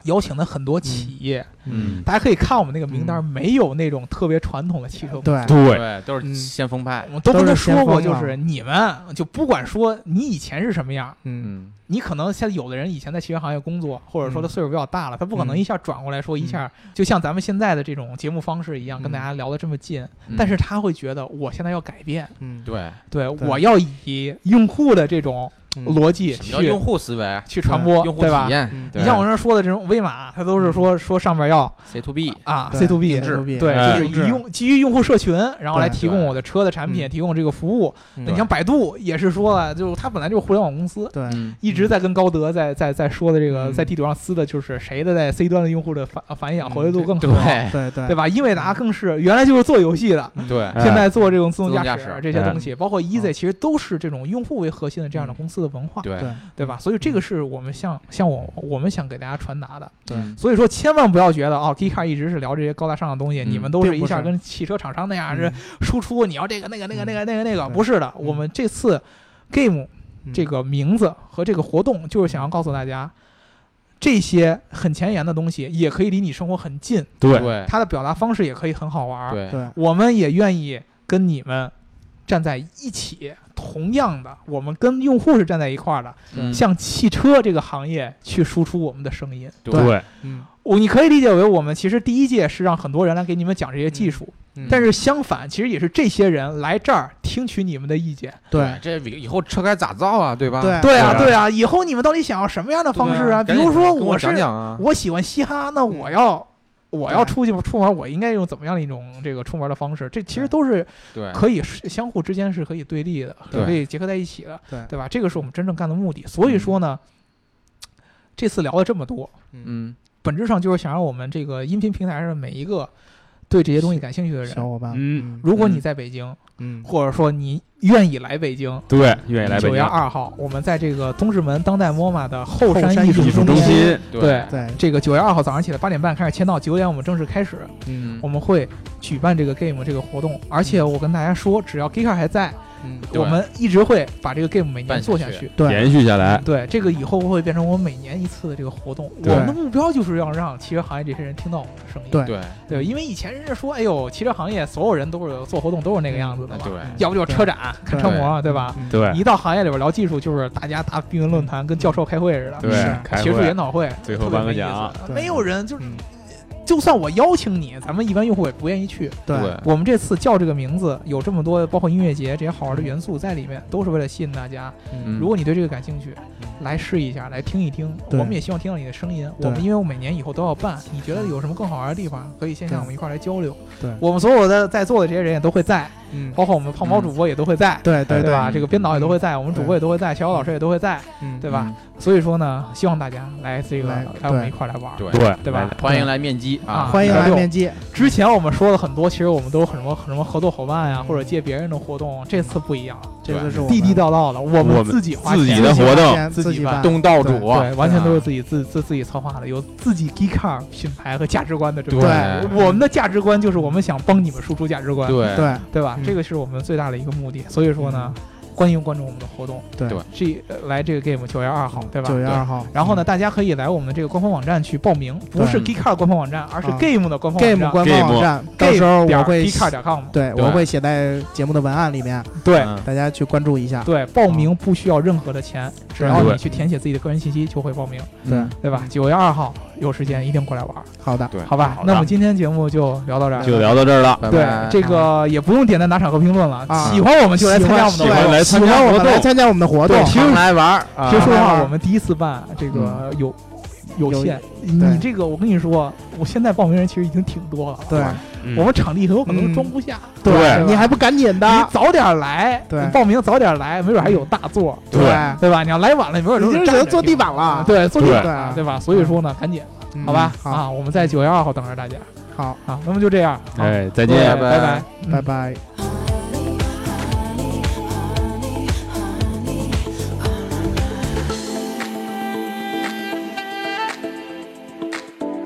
A: 邀请了很多企业，
D: 嗯，
A: 大家可以看我们那个名单，
B: 嗯
A: 没有那种特别传统的汽车公司。
B: 对
C: 对，
D: 对，都是
B: 嗯
D: 先锋派
A: 我，们都跟他说过，就
B: 都是
A: 是
B: 先
A: 你们就不管说你以前是什么样，
B: 嗯，
D: 嗯，
A: 你可能现在有的人以前在汽车行业工作，或者说他
B: 嗯
A: 岁数比较大了，他不可能
B: 嗯
A: 一下转过来说一下，就像咱们现在的这种节目方式一样，跟大家聊得这么近。
D: 嗯
A: 但是他会觉得我现在要改变，
B: 嗯，
D: 对，
A: 对
B: 对
A: 我要以用户的这种
B: 嗯
A: 逻辑
D: 什么叫用
A: 去
D: 户思维，
A: 去传播，
D: 用户
A: 对
D: 体
A: 吧？
D: 验，
A: 你像我这说的这种威马，它都是说说上面要
D: C to B，
A: 啊
B: 对
A: C to B，
B: 定制
A: 对，就是
B: 定制
A: 以用基于用户社群，然后来
B: 对
A: 提供
D: 对
A: 我的车的产品，
B: 嗯
A: 提供这个服务。
B: 嗯
A: 那你像百度也是说了，就是它本来就是互联网公司，
B: 对，
D: 嗯，
A: 一直在跟高德在在在说的这个
B: 嗯
A: 在地图上撕的就是谁的在 C 端的用户的反反响活跃度更
D: 对
A: 高，
B: 对对
A: 对吧？英伟达更是原来就是做游戏的。
D: 对
C: 哎
A: 现在做这种自动
D: 自动
A: 驾啊
D: 驾驶
A: 这些东西，包括 Easy，其实都是这种用户为核心的这样的
B: 嗯
A: 公司的文化，
D: 对
B: 对
A: 对吧？所以这个是我们向向我我们想给大家传达的。
B: 对
D: 嗯
A: 所以说，千万不要觉得哦 g e e k a r 一直是聊这些高大上的东西，
D: 嗯
A: 你们都是一下
B: 并不
A: 跟汽车厂商那样
B: 嗯
A: 是输出，你要这个那个那个那个那个那个，
B: 对
A: 不是的。我们这次 Game
B: 嗯
A: 这个名字和这个活动，就是想要告诉大家，这些很前沿的东西也可以离你生活很近，
C: 对，
D: 对
A: 它的表达方式也可以很好玩儿。
D: 对，
B: 对
A: 我们也愿意跟你们站在一起，同样的，我们跟用户是站在一块儿的，
D: 嗯
A: 向汽车这个行业去输出我们的声音。
D: 对，
B: 嗯
A: 我你可以理解为我们其实第一届是让很多人来给你们讲这些技术，
B: 嗯
A: 但是相反，其实也是这些人来这儿听取你们的意见。
B: 对
D: 这以后车该咋造啊，对吧？
A: 对
B: 对
A: 啊，
C: 对啊
A: 对啊，以后你们到底想要什么样的方式啊？比
D: 赶紧
A: 如说
D: 跟
A: 我
D: 我
A: 是
D: 讲讲啊，
A: 我喜欢嘻哈，那我要我要
B: 对
A: 出去出门，我应该用怎么样的一种这个出门的方式？这其实
B: 对
A: 都是
D: 对，
A: 可以是相互之间是可以对立的，
D: 对
A: 可以结合在一起的，
B: 对
A: 对吧？这个是我们真正干的目的。所以说呢，这次聊了这么多，
D: 嗯，
A: 本质上就是想让我们这个音频平台上的每一个对这些东西感兴趣的
B: 小
A: 人，
B: 伙伴，
C: 嗯
A: 如果你
D: 嗯
A: 在北京，
B: 嗯，
A: 或者说你愿意来北京，
C: 对，愿意来北
A: 九月
C: 京
A: 二号，我们在这个东直门当代 MOMA 的后
B: 后山
A: 山
B: 艺
A: 艺
B: 术
A: 术
C: 艺术
A: 中
C: 中
A: 心。
C: 心，
A: 对
B: 对，
A: 这个九月二号早上起来八点半开始签到，九点我们正式开始，
B: 嗯
A: 我们会举办这个 game 这个活动。而且我跟大家说，只要 Geeker 还在，
B: 嗯，
D: 对
A: 我们一直会把这个 game 每年
D: 办下
A: 做下
D: 去
A: 去。
B: 对，
C: 延续下来，
A: 对，这个以后会变成我们每年一次的这个活动。我
C: 对
A: 们的目标就是要让汽车行业这些人听到我们的声音。
B: 对
D: 对
A: 对，因为以前人家说，哎呦，汽车行业所有人都是做活动都是那个样子的嘛，
D: 对
A: 要不就是车展看车模，对吧？
B: 嗯，
C: 对
A: 一到行业里边聊技术，就是大家大评论论坛跟教授开会似的，
B: 是
C: 对，开
A: 学术研
C: 会，
A: 讨会，
C: 最
A: 特
C: 后
A: 别
C: 颁个
A: 没意思
C: 奖，
B: 对
A: 没有人就是。
B: 嗯
A: 就算我邀请你，咱们一般用户也不愿意去。
B: 对，
A: 我们这次叫这个名字，有这么多包括音乐节这些好玩的元素在里面，都是为了吸引大家。
B: 嗯
D: 嗯
A: 如果你对这个感兴趣，
B: 嗯
A: 来试一下，来听一听。我
B: 对
A: 们也希望听到你的声音。我
B: 对
A: 们因为我每年以后都要办，你觉得有什么更好玩的地方，可以线下
B: 对
A: 我们一块儿来交流。
B: 对
A: 我们所有的在座的这些人也都会在，
B: 嗯，
A: 包括我们胖猫主播也都会在，
B: 对对
A: 对
B: 对，
A: 吧？这个编导也都会在，我们主播
B: 对
A: 也都会在，小姚老师也都会在，
B: 嗯，
A: 对吧？所以说呢，希望大家来这个
B: 来
A: 来我们
B: 对
A: 一块儿来玩儿。
D: 对
C: 对
A: 对吧
C: 来
D: 欢迎来面基
A: 啊
D: 啊，
B: 欢迎来
A: 六
B: 面基，
A: 之前我们说了很多，其实我们都有很什么很什么合作伙伴呀、或者借别人的活动，这次不一样了，
B: 这次是我们
A: 地地道道的，我
C: 我
A: 们
C: 们
A: 自己花
C: 自己
A: 钱
C: 的活动
B: 花钱
A: 自己
B: 自己
A: 办
B: 办，
D: 东道主啊，
A: 对，完全都是自己自自自己策划的，有自己 Geekcar 品牌和价值观的这个。
B: 对
A: 我们的价值观就是我们想帮你们输出价值观，
D: 对
B: 对
A: 对吧？
B: 嗯
A: 这个是我们最大的一个目的。所以说呢，欢迎关注我们的活动，
B: 对
D: 对
A: 这呃来这个 game 九月二号，对吧？
B: 九月二号，
A: 然后呢，大家可以来我们的这个官方网站去报名，不是 Geekcar 官方网站，而是
B: 啊
A: Game 的官方网
B: ，game
A: 站。
B: 官方网站，到时候我会
A: g e e k a r com
B: 对，
D: 对
B: 我会写在节目的文案里面，
A: 对
D: 嗯
B: 大家去关注一下。
A: 对，报名不需要任何的钱，只要你去填写自己的个人信息就会报名，
B: 对，
A: 对吧？九月二号有时间一定过来玩儿，
B: 好的，
D: 对，
A: 好吧？
C: 好的
A: 那么今天节目就聊到这儿。
C: 就聊到这儿了。
D: 拜
A: 对
D: 拜，
A: 这个也不用点赞、打赏和评论了，
B: 啊
A: 喜欢我们就来参加我们的
C: 喜
A: 活
C: 欢
A: 动。
C: 来
B: 喜
C: 参加
B: 欢我
C: 活
B: 们来
C: 动，
B: 参加我们的活动
A: 对，
D: 常来玩儿啊
A: 其，实说实
B: 啊
A: 话，我们第一次办这个有有
B: 有
A: 限，
B: 对
A: 你这个我跟你说，我现在报名人其实已经挺多了，
B: 对
C: 嗯
A: 我们场地很有可能
B: 嗯
A: 装不下，
C: 对
A: 吧
B: 你还不赶紧
A: 你
B: 的？
A: 早点来，
B: 对
A: 报名早点来，没准还有大座，
C: 对
A: 对吧？你要来晚了，没准
B: 已
A: 都
B: 经
A: 是
B: 只
A: 站
B: 能
A: 着
B: 坐地
A: 听
B: 板了。
A: 对，坐地
C: 对
A: 板啊，对吧？所以说呢，赶紧，
B: 嗯，
A: 好吧，啊
B: 好，
A: 啊，我们在九月二号等着大家
B: 好，
A: 啊，那么就这样，好，
C: 哎，再
A: 各位
C: 见。
A: 拜拜，嗯
B: 拜拜。